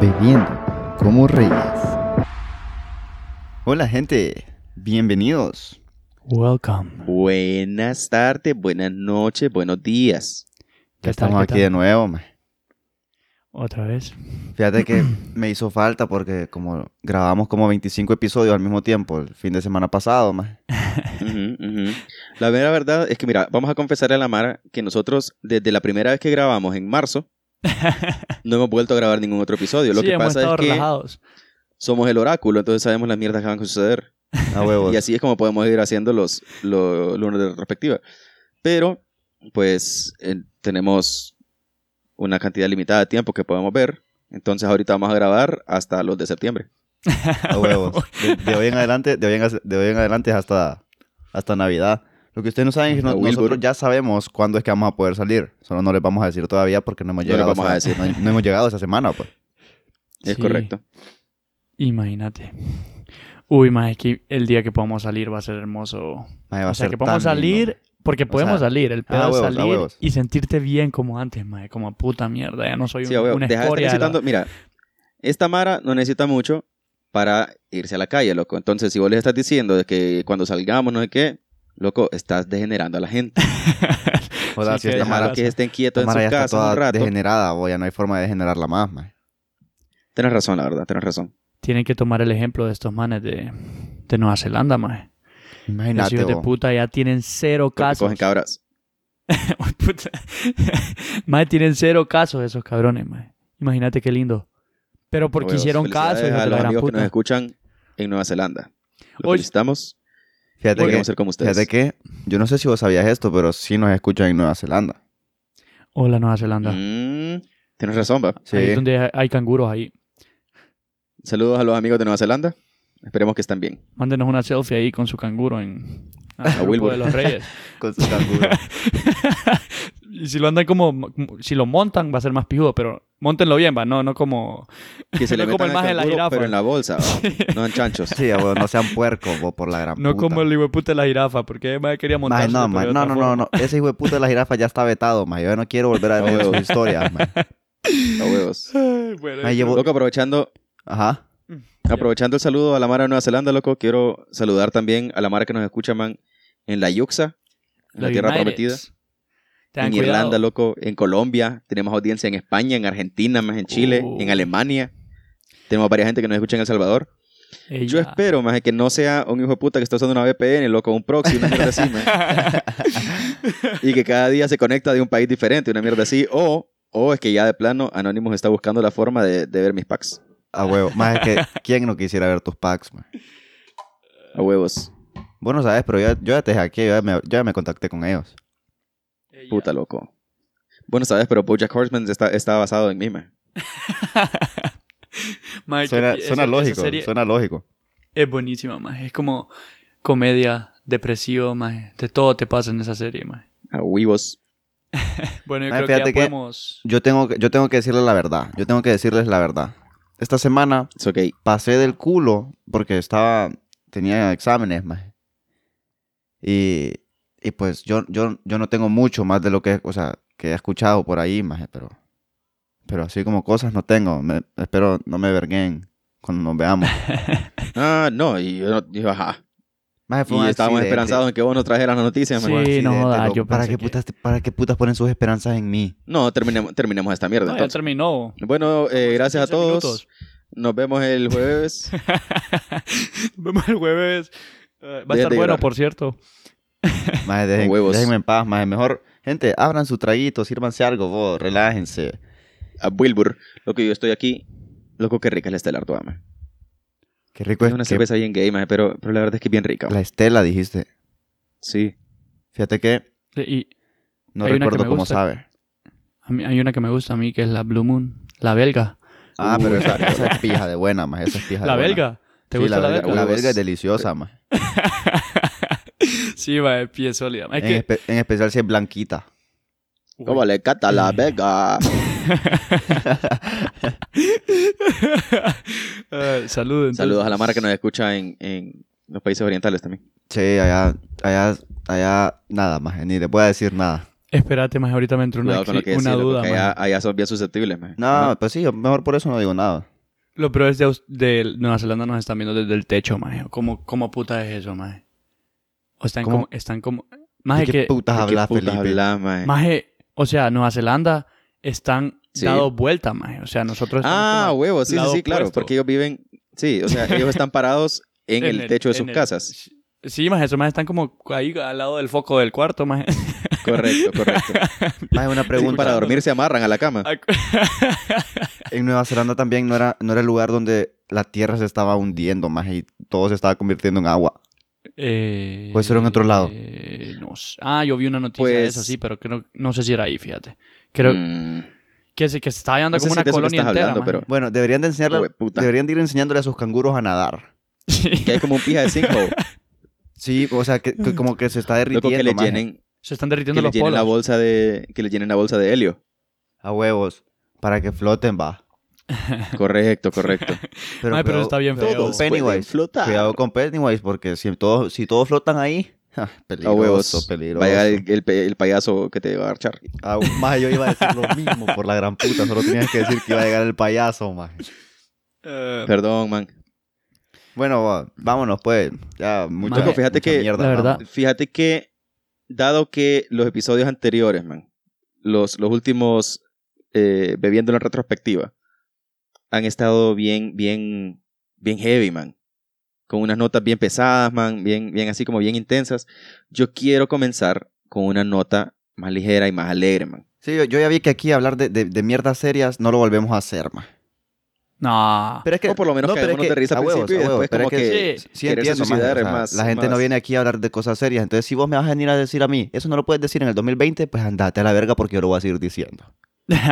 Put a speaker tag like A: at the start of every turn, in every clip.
A: Bebiendo como Reyes. Hola gente, bienvenidos.
B: Welcome.
C: Buenas tardes, buenas noches, buenos días.
A: Ya
B: ¿Qué tal,
A: estamos
B: qué
A: aquí
B: tal?
A: de nuevo. ma.
B: Otra vez.
A: Fíjate que me hizo falta porque como grabamos como 25 episodios al mismo tiempo el fin de semana pasado, ma.
C: Ujú, ujú. La mera verdad es que, mira, vamos a confesarle a la Mara que nosotros, desde la primera vez que grabamos en marzo, no hemos vuelto a grabar ningún otro episodio. Lo
B: sí,
C: que
B: hemos
C: pasa es
B: estado
C: que
B: relajados.
C: somos el oráculo, entonces sabemos las mierdas que van a suceder.
A: A huevos.
C: Y así es como podemos ir haciendo los, los lunes de retrospectiva. Pero, pues, eh, tenemos una cantidad limitada de tiempo que podemos ver. Entonces, ahorita vamos a grabar hasta los de septiembre.
A: A huevos. De, de hoy en adelante, de hoy en, de hoy en adelante es hasta, hasta Navidad. Lo que ustedes no saben es que no-
C: Hasta Wilbur.
A: nosotros ya sabemos cuándo es que vamos a poder salir. Solo no les vamos a decir todavía porque no hemos
C: No les
A: llegado.
C: vamos
A: esa-
C: a decir.
A: no- no hemos llegado esa semana, pues.
C: Es
B: Sí,
C: correcto.
B: Imagínate. Uy, más es que el día que podamos salir va a ser hermoso.
A: Ma, va a
B: O sea,
A: ser
B: que podamos
A: tan lindo.
B: salir, porque podemos
A: sea,
B: salir. El pedo
A: a
C: ah,
B: es
A: huevos, a
B: salir
A: huevos.
B: y sentirte bien como antes, mae. Como puta mierda. Ya no soy
C: Sí,
B: un-
C: obvio.
B: una
C: Deja de estar
B: escoria. de la-
C: necesitando- Mira, esta Mara no necesita mucho para irse a la calle, loco. Entonces, si vos le estás diciendo de que cuando salgamos, no sé qué, loco, estás degenerando a la gente.
A: Joder, si
B: Sí, que
A: esta
B: ya
A: mara,
C: Para
B: pasa.
C: que estén quietos
A: esta mara ya
C: en su
A: está
C: casa un
A: toda
C: rato.
A: degenerada, bo, ya no hay forma de degenerarla más, ma.
C: Tienes razón, la verdad, tienes razón.
B: Tienen que tomar el ejemplo de estos manes de, de Nueva Zelanda, mae. Los
A: Imagínate,
B: hijos de
A: bo.
B: puta ya tienen cero
C: Porque
B: casos.
C: Cogen cabras.
B: Uy, puta. Mae, tienen cero casos esos cabrones, mae. Imagínate qué lindo. Pero porque
C: Huevos.
B: hicieron caso,
C: Felicidades
B: hijos
C: a
B: de la
C: los
B: gran
C: amigos que nos
B: puta.
C: escuchan en Nueva Zelanda. Los
B: Oye.
C: felicitamos.
A: Fíjate que,
C: Queremos ser como ustedes.
A: fíjate que, yo no sé si vos sabías esto, pero sí nos escuchan en Nueva Zelanda.
B: Hola, Nueva Zelanda.
C: Mm, tienes razón, va.
A: Sí.
B: Ahí es donde hay canguros ahí.
C: Saludos a los amigos de Nueva Zelanda. Esperemos que estén bien.
B: Mándenos una selfie ahí con su canguro en al grupo
C: Wilbur.
B: de los Reyes.
A: Con su canguro.
B: y si lo andan como si lo montan va a ser más pijudo, pero montenlo bien, va, no no como
C: Que se le
B: No como
C: metan
B: el maje de
C: al
B: la
C: canguro,
B: jirafa.
C: pero en la bolsa, va. no en chanchos.
A: sí, bo, no sean puercos, bo, por la gran
B: no
A: puta.
B: como el hijo de la jirafa, porque además quería
A: Ma,
B: montarse.
A: no,
B: pero
A: ma,
B: de
A: no,
B: otra
A: no, no,
B: forma.
A: no. Ese hijo de puta de la jirafa ya está vetado, ma. Yo ya no quiero volver a
C: A
A: ver sus
C: huevo.
A: historias, ma.
C: A huevos.
B: Ay, bueno,
A: Ma, llevo-
C: Loco, aprovechando,
A: Ajá.
C: aprovechando el saludo a la Mara de Nueva Zelanda, loco, quiero saludar también a la Mara que nos escucha, man, en la Yuxa, en la,
B: Los
C: Tierra
B: Uniteds.
C: Prometida,
B: Tengan
C: en Irlanda,
B: cuidado.
C: loco, en Colombia, tenemos audiencia en España, en Argentina, más en Chile,
B: Uh.
C: en Alemania. Tenemos varias gente que nos escucha en El Salvador.
B: Ey,
C: Yo
B: ya.
C: espero, más que no sea un hijo de puta que está usando una VPN, loco, un proxy, una mierda así, man, y que cada día se conecta de un país diferente, una mierda así, o, o es que ya de plano Anonymous está buscando la forma de, de ver mis packs.
A: A huevo. Más es que, ¿quién no quisiera ver tus packs, ma?
C: A huevos.
A: Vos no sabes, pero yo, yo ya te hackeé, yo ya me, yo ya me contacté con ellos.
B: Ey, ya.
C: Puta loco. Bueno, sabes, pero Bojack Horseman está, está basado en mí, man.
B: Mae, que
A: Suena,
B: esa-
A: suena
B: esa
A: lógico,
B: serie
A: suena lógico.
B: Es buenísima, mae. Es como comedia, depresivo, mae. De todo te pasa en esa serie, mae.
C: A huevos.
B: Bueno, yo
A: Mae,
B: creo que ya
A: fíjate que-
B: podemos...
A: Yo tengo, que- yo tengo que decirles la verdad. Yo tengo que decirles la verdad. Esta semana
C: It's ok.
A: pasé del culo porque estaba. tenía exámenes, más. Y, y pues yo, yo, yo no tengo mucho más de lo que, o sea, que he escuchado por ahí, más, pero. Pero así como cosas no tengo. Me- espero no me verguen cuando nos veamos.
C: Ah, no, y yo, no- yo, ajá.
A: Maje, fue un
C: Y estábamos
A: accidente.
C: esperanzados en que vos nos trajeras las noticias,
A: Fue
C: man.
A: un
B: Sí, no
A: accidente,
B: jodas,
A: loco.
B: yo
A: ¿Para
B: pensé
A: qué,
B: que-
A: putas, ¿Para qué putas ponen sus esperanzas en mí?
C: No, terminemos, terminemos esta mierda.
B: No, ya
C: entonces.
B: terminó.
C: Bueno, eh,
B: Como
C: gracias a
B: 15
C: todos.
B: minutos.
C: Nos vemos el jueves.
B: Nos vemos el jueves. Eh, va a
C: Déjate
B: estar bueno,
C: llorar.
B: por cierto.
A: Maje, dejen-
C: huevos.
A: déjenme en paz, maje. Mejor, gente, abran su traguito, sírvanse algo, vos, relájense.
C: a Wilbur. Loco, yo estoy aquí. Loco, qué rica es la Estelar Artois, man.
A: Qué rico
C: Es
A: es
C: una
A: que-
C: cerveza bien gay, man, pero, pero la verdad es que es bien rica. man.
A: La Estela, dijiste.
C: Sí.
A: Fíjate que
B: Y
A: no
B: Hay una que
A: recuerdo
B: me
A: cómo
B: gusta.
A: sabe.
B: a mí- hay una que me gusta a mí, que es la Blue Moon. La belga.
A: Ah, pero
C: Uy,
A: esa,
C: la
A: esa es pija de buena, más. Esa es pija
B: ¿La
A: de buena.
B: belga? ¿Te
A: Sí,
B: gusta la
A: belga?
B: belga?
A: La
C: Huevos.
A: belga es deliciosa, más.
B: sí, va, pie sólida. mae.
A: En,
B: Es que...
A: espe- en especial si es blanquita.
B: Uy.
C: Eh, ¿Cómo le cata la vega?
B: Eh, salud, entonces.
C: Saludos a la Mara que nos escucha en, en los países orientales también.
A: Sí, allá, allá, allá, nada, más. Ni le puedo decir nada.
B: Espérate, más ahorita me entró una,
C: Cuidado con lo
B: cri-
C: que decís,
B: una
C: loco,
B: duda,
C: que
B: mae.
C: allá, allá son bien susceptibles, man.
A: No, pues sí, yo mejor por eso no digo nada.
B: Los brothers de, Aus- de Nueva Zelanda nos están viendo desde el techo, maje. ¿Cómo, cómo puta es eso, maje? O están
A: ¿Cómo?
B: como... Están como...
A: ¿De
B: Maje,
A: qué
B: que...
A: putas
C: ¿De qué
A: hablas,
C: putas
A: Felipe?
C: hablas, mae?
B: Maje, o sea, Nueva Zelanda están
C: Sí.
B: dados vuelta, maje. O sea, nosotros estamos
C: Ah,
B: como
C: huevo, sí, sí,
B: lado
C: sí, claro,
B: opuesto.
C: porque ellos viven, sí, o sea, ellos están parados en, el, techo
B: en
C: de sus
B: el-
C: casas.
B: Sí, maje, esos maje están como ahí al lado del foco del cuarto, maje.
C: Correcto, correcto.
A: Maje, una
C: Pregunta para
A: pregunta.
C: dormir se amarran a la cama.
A: En Nueva Zelanda también no era, no era el lugar donde la tierra se estaba hundiendo, más y todo se estaba convirtiendo en agua.
B: Eh,
A: Puede ser en otro lado.
B: eh, no sé. Ah, yo vi una noticia de
C: Pues-
B: eso, sí, pero creo, no sé si era ahí, fíjate. Creo
C: Mm,
B: que, se, que se estaba llegando
C: No sé
B: como
C: si
B: una
C: de eso que
B: colonia
C: estás
B: entera.
C: hablando,
B: maje.
C: pero-
A: Bueno, deberían de enseñarle,
C: Hueputa.
A: deberían de ir enseñándole a sus canguros a nadar.
B: Sí.
C: que hay como un pija de cinco,
A: Sí, o sea, que,
B: Mm.
A: que como que se está derritiendo,
C: loco que le
A: maje.
C: llenen,
B: Se están
C: que
B: derritiendo
C: le
B: los
C: llenen
B: polos.
C: la bolsa de, que le llenen la bolsa de helio.
A: A huevos, para que floten, va.
C: Correcto, correcto.
A: Pero,
B: Maje, pero
A: cuidado-
B: está bien feo.
A: Todos.
C: pueden
A: Pennywise.
C: flotar.
A: Cuidado con Pennywise, porque si todos, si todos flotan ahí, ja,
C: a
A: peligroso,
C: huevos.
A: peligroso.
C: Va a llegar el, el pe- el payaso que te va a archar.
A: Ah, maje, yo iba a decir lo mismo por la gran puta, solo tenías que decir que iba a llegar el payaso, maje.
B: Eh,
C: Perdón, man.
A: Bueno, va, vámonos pues. Ya, mucho,
B: Maje,
A: fíjate
C: fíjate
A: que
C: que
A: mierda,
B: la verdad-
A: vamos.
C: Fíjate que, dado que los episodios anteriores, man, los, los últimos eh, bebiendo en retrospectiva, han estado bien, bien, bien heavy, man. Con unas notas bien pesadas, man, bien, bien así como bien intensas. Yo quiero comenzar con una nota más ligera y más alegre, man.
A: Sí, yo, yo ya vi que aquí hablar de, de, de mierdas serias no lo volvemos a hacer, maje.
B: no.
A: Pero es que,
C: O por lo menos
A: pero
C: caémonos
A: es
C: de risa
A: a
C: al
A: huevos,
C: principio y
A: a huevos,
C: después
A: pero
C: como
A: es
B: que-
A: sí, entiendo,
C: quererse
A: maje,
C: suicidar
A: o
C: es
A: sea,
C: más-
A: la gente no
C: más-
A: viene aquí a hablar de cosas serias. Entonces, si vos me vas a venir a decir a mí, eso no lo puedes decir en el 2020, pues andate a la verga porque yo lo voy a seguir diciendo.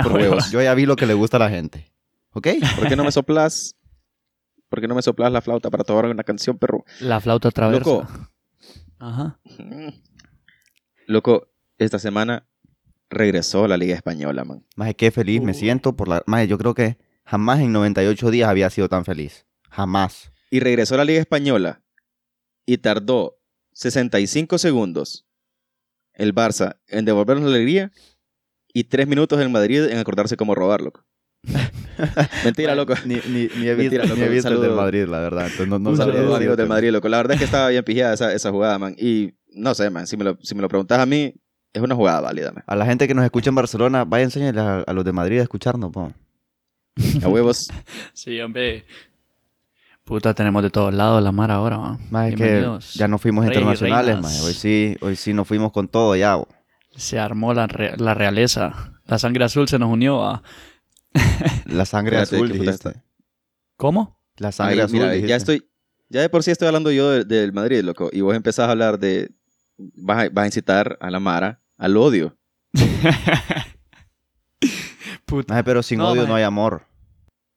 C: por huevos.
A: Yo ya vi lo que le gusta a la gente. ¿Ok?
C: ¿Por qué no me soplas? ¿Por qué no me soplas la flauta para tocar una canción, perro?
B: La flauta traversa.
C: Loco,
B: Ajá.
C: Loco, esta semana regresó la Liga Española, man.
A: Maje, qué feliz me
B: Uh.
A: siento por la... Maje, yo creo que jamás en 98 días había sido tan feliz. Jamás.
C: Y regresó la Liga Española y tardó 65 segundos el Barça en devolvernos la alegría y 3 minutos el Madrid en acordarse cómo robar, loco. Mentira, loco.
A: Ni, ni, ni he visto,
C: Mentira, loco,
A: ni he
C: un
A: visto el del
C: saludo.
A: Madrid, la verdad. Entonces, no, no
C: Un
A: sabría
C: saludo, amigos
A: decirte.
C: del Madrid, loco. La verdad es que estaba bien pijada esa, esa jugada, man. Y no sé, man, si me lo, si me lo preguntas a mí, es una jugada válida, man.
A: A la gente que nos escucha en Barcelona, vaya enséñale a, a los de Madrid a escucharnos, po.
C: A huevos.
B: Sí, hombre. Puta, tenemos de todos lados la mar ahora, va.
A: Maje, que
B: Bienvenidos.
A: ya no fuimos
B: reyes y
A: internacionales,
B: reinas.
A: maje. Hoy sí, hoy sí nos fuimos con todo ya, bo.
B: Se armó la, re- la realeza. La sangre azul se nos unió a...
A: La sangre
C: Espérate,
A: azul,
C: qué puta
A: dijiste.
B: ¿Cómo?
A: La sangre
C: Ahí,
A: azul,
C: mira,
A: dijiste.
C: ya estoy, ya de por sí estoy hablando yo del, del Madrid, loco, y vos empezás a hablar de, vas a, vas a incitar a la Mara al odio.
B: Puta.
A: Maje, pero sin
B: No,
A: odio no
B: maje.
A: hay amor.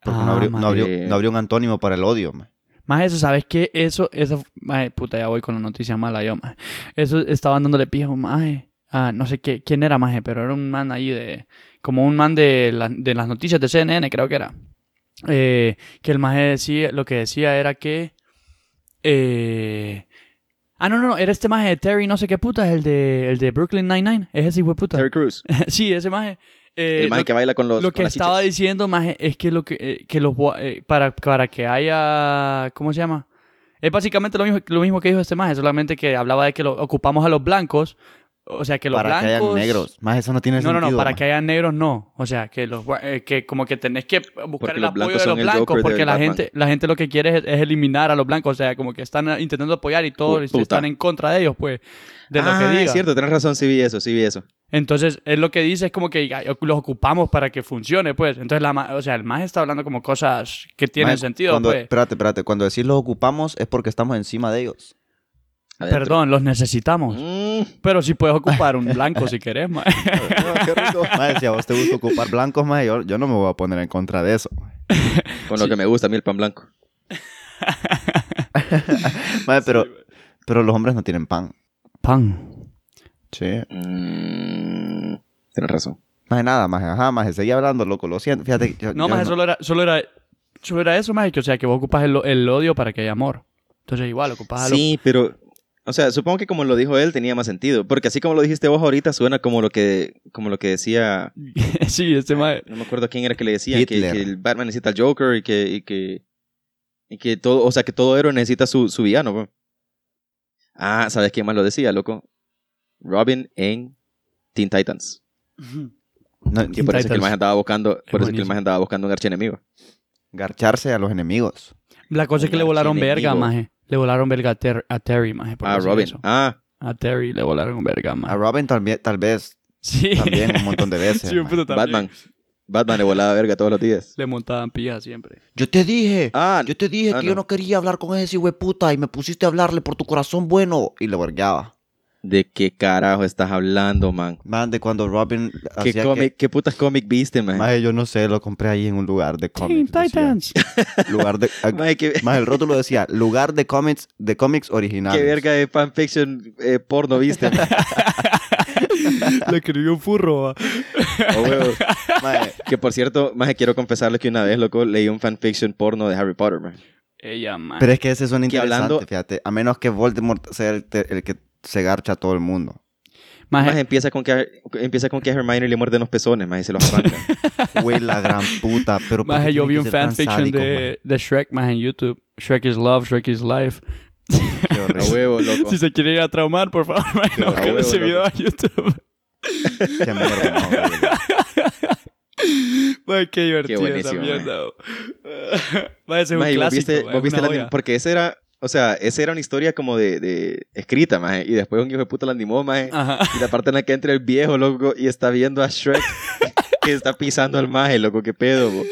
A: Porque no,
B: Ah,
A: abrió,
B: maje.
A: no, abrió,
C: maje.
A: no abrió un antónimo para el odio, maje.
B: Más eso, ¿sabes qué? Eso, eso, mae, puta, ya voy con la noticia mala yo, mae. Eso estaban dándole pijo, mae. Ah, no sé qué, quién era, mae, pero era un man ahí de, como un man de, la- de las noticias de CNN, creo que era. Eh, que el maje decía, lo que decía era que, eh, ah, no, no, no, era este maje de Terry, no sé qué puta, el de, el de Brooklyn Nine-Nine, es ese hijo de puta.
C: Terry Cruz,
B: sí, ese maje. Eh,
C: el man
B: lo-
C: que baila con los
B: lo
C: con
B: que
C: las
B: estaba
C: chichas.
B: diciendo más es que lo que, eh, que los gua- eh, para, para que haya ¿cómo se llama? Es básicamente lo mismo, lo mismo que dijo este maje, solamente que hablaba de que lo, ocupamos a los blancos, o sea que los
A: Para
B: blancos
A: que hayan negros. Maje, eso no tiene
B: No, no,
A: sentido,
B: no, para
A: maje.
B: que hayan negros no, o sea que los gua- eh, que como que tenés que buscar
C: Porque
B: el
C: los
B: apoyo
C: blancos
B: de
C: son
B: los
C: el
B: blancos
C: Joker
B: porque
C: del
B: la
C: Batman.
B: gente la gente lo que quiere es, es eliminar a los blancos, o sea, como que están eh, intentando apoyar y todos
C: Puta.
B: están en contra de ellos, pues de lo que
C: ah,
B: diga.
C: es cierto, tenés razón, sí vi eso, sí vi eso.
B: Entonces, él lo que dice es como que ya, los ocupamos para que funcione, pues. Entonces, la, ma- o sea, el más está hablando como cosas que tienen
A: Maje,
B: sentido,
A: cuando-
B: pues.
A: Espérate, espérate. Cuando decís los ocupamos es porque estamos encima de ellos.
C: Adentro.
B: Perdón, los necesitamos.
C: Mm,
B: Pero sí puedes ocupar un blanco si querés, ma.
A: qué rico. Maje, si a vos te gusta ocupar blancos, maje, yo, yo no me voy a poner en contra de eso.
C: con lo que me gusta a mí el pan blanco.
A: Maje, pero, pero los hombres no tienen pan.
B: Pan.
A: Sí.
C: Mm, tenés razón.
A: Maje, nada, maje. Ajá, maje. Seguí hablando, loco. Lo siento. Fíjate. que yo-
B: No,
A: yo
B: más solo era, solo era, solo era eso, más que, o sea, que vos ocupas el, el odio para que haya amor. Entonces, igual, ocupas a los-
C: Sí, pero O sea, supongo que como lo dijo él tenía más sentido, porque así como lo dijiste vos ahorita suena como lo que como lo que decía,
B: sí, este mae.
C: no me acuerdo quién era que le decía que,
A: Hitler.
C: que el Batman necesita al Joker y que y que y que todo, o sea, que todo héroe necesita su su villano. pues. Ah, ¿sabes quién más lo decía, loco? Robin en Teen Titans.
A: No,
C: Que por eso es que el
B: Titans.
C: más andaba buscando, por eso es que el
B: buenísimo.
C: más andaba buscando un archienemigo.
A: garcharse a los enemigos.
B: La cosa es que le
C: Archienemigo.
B: volaron verga, maje. Le volaron verga a, Ter- a Terry, maje. por
C: Ah,
B: decir
C: Robin.
B: eso.
C: Ah,
B: A Terry le volaron verga, maje.
A: A Robin también, tal vez
B: sí.
A: también un montón de veces.
B: Sí, un
A: ma.
B: puto también.
C: Batman. Batman le volaba verga todos los días.
B: Le montaban pija siempre.
A: Yo te dije,
C: Ah,
A: yo te dije
C: ah,
A: que yo
C: no.
A: no quería hablar con ese hueputa y me pusiste a hablarle por tu corazón bueno y le vergaba.
C: ¿de qué carajo estás hablando, man?
A: Man, de cuando Robin
C: ¿Qué,
A: hacía
C: cómic,
A: que...
C: ¿Qué putas cómic viste, man?
A: Maje, yo no sé, lo compré ahí en un lugar de
B: Teen
A: cómics. decía.
B: Titans.
A: Lugar de...
C: Mae, qué,
A: Más el rótulo decía, lugar de cómics, de cómics originales.
C: qué verga de fanfiction eh, porno viste, man?
B: Le escribió un furro. va.
C: Oh, huevo.
A: Mae,
C: Que por cierto, más quiero confesarles que una vez, loco, leí un fanfiction porno de Harry Potter, man.
B: Ella, maje.
A: Pero es que ese suena
C: Que
A: interesante,
C: hablando-
A: fíjate. A menos que Voldemort sea el, te- el que se garcha a todo el mundo.
B: Maje,
C: Más empieza con que empieza con que Hermione le muerde los pezones, man, y se los arranca.
A: Güey, la gran puta. Pero ¿por
B: Maje,
A: qué
B: yo
A: tiene
B: vi
A: que
B: un
A: ser tan
B: fanfiction
A: sádico,
B: de, de Shrek, maje, en YouTube. Shrek is love, Shrek is life.
A: mae? Qué
C: A
A: horrible.
C: Oh, huevo, loco.
B: Si se quiere ir a traumar, por favor, maje, no
C: A
B: busquen
C: huevo,
B: ese
C: loco.
B: video a YouTube.
A: Qué mierda, no, güey.
B: Maje, qué divertido esa
C: buenísimo,
B: mierda. Maje, ese es un
C: Mae, ¿y vos
B: clásico.
C: viste-
B: maje,
C: vos viste
B: una
C: la anim-
B: joya.
C: Porque esa era, o sea, esa era una historia como de, de escrita, maje. Y después un hijo de puta la animó, maje.
B: Ajá.
C: Y la parte en la que entra el viejo, loco, y está viendo a Shrek que está pisando al maje, loco, qué pedo, bo.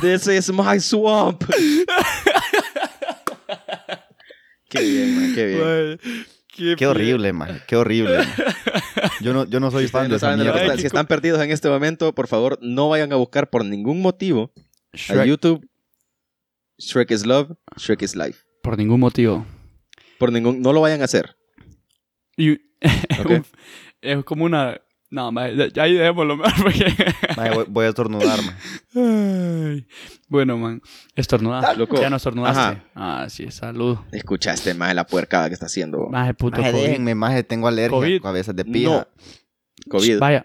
C: This is my swamp. qué bien, maje, qué bien.
B: Maje, qué,
A: Qué horrible, man. Qué horrible. mae. Yo no, yo no soy
C: Si ustedes
A: fan de
C: no
A: esa
C: saben de lo que
A: mierda.
C: están- si están perdidos en este momento, por favor, no vayan a buscar por ningún motivo a
B: Shrek,
C: YouTube Shrek is Love, Shrek is Life.
B: por ningún motivo.
C: Por ningún, no lo vayan a hacer.
B: Y es,
C: Ok.
B: un- es como una... No, maje, ya- ya ahí dejémoslo, maje, porque...
A: Mae, voy, voy a estornudar, mae.
B: Ay. Bueno, man. Estornudaste.
C: Loco.
B: Ya no estornudaste.
C: Ajá.
B: Ah, sí, salud.
C: Escuchaste más la puercada que está haciendo bo.
B: Más de puto
A: Mae,
B: COVID.
A: déjenme, mae, tengo alergia
B: COVID.
A: a veces de pija.
C: No. COVID.
B: Vaya.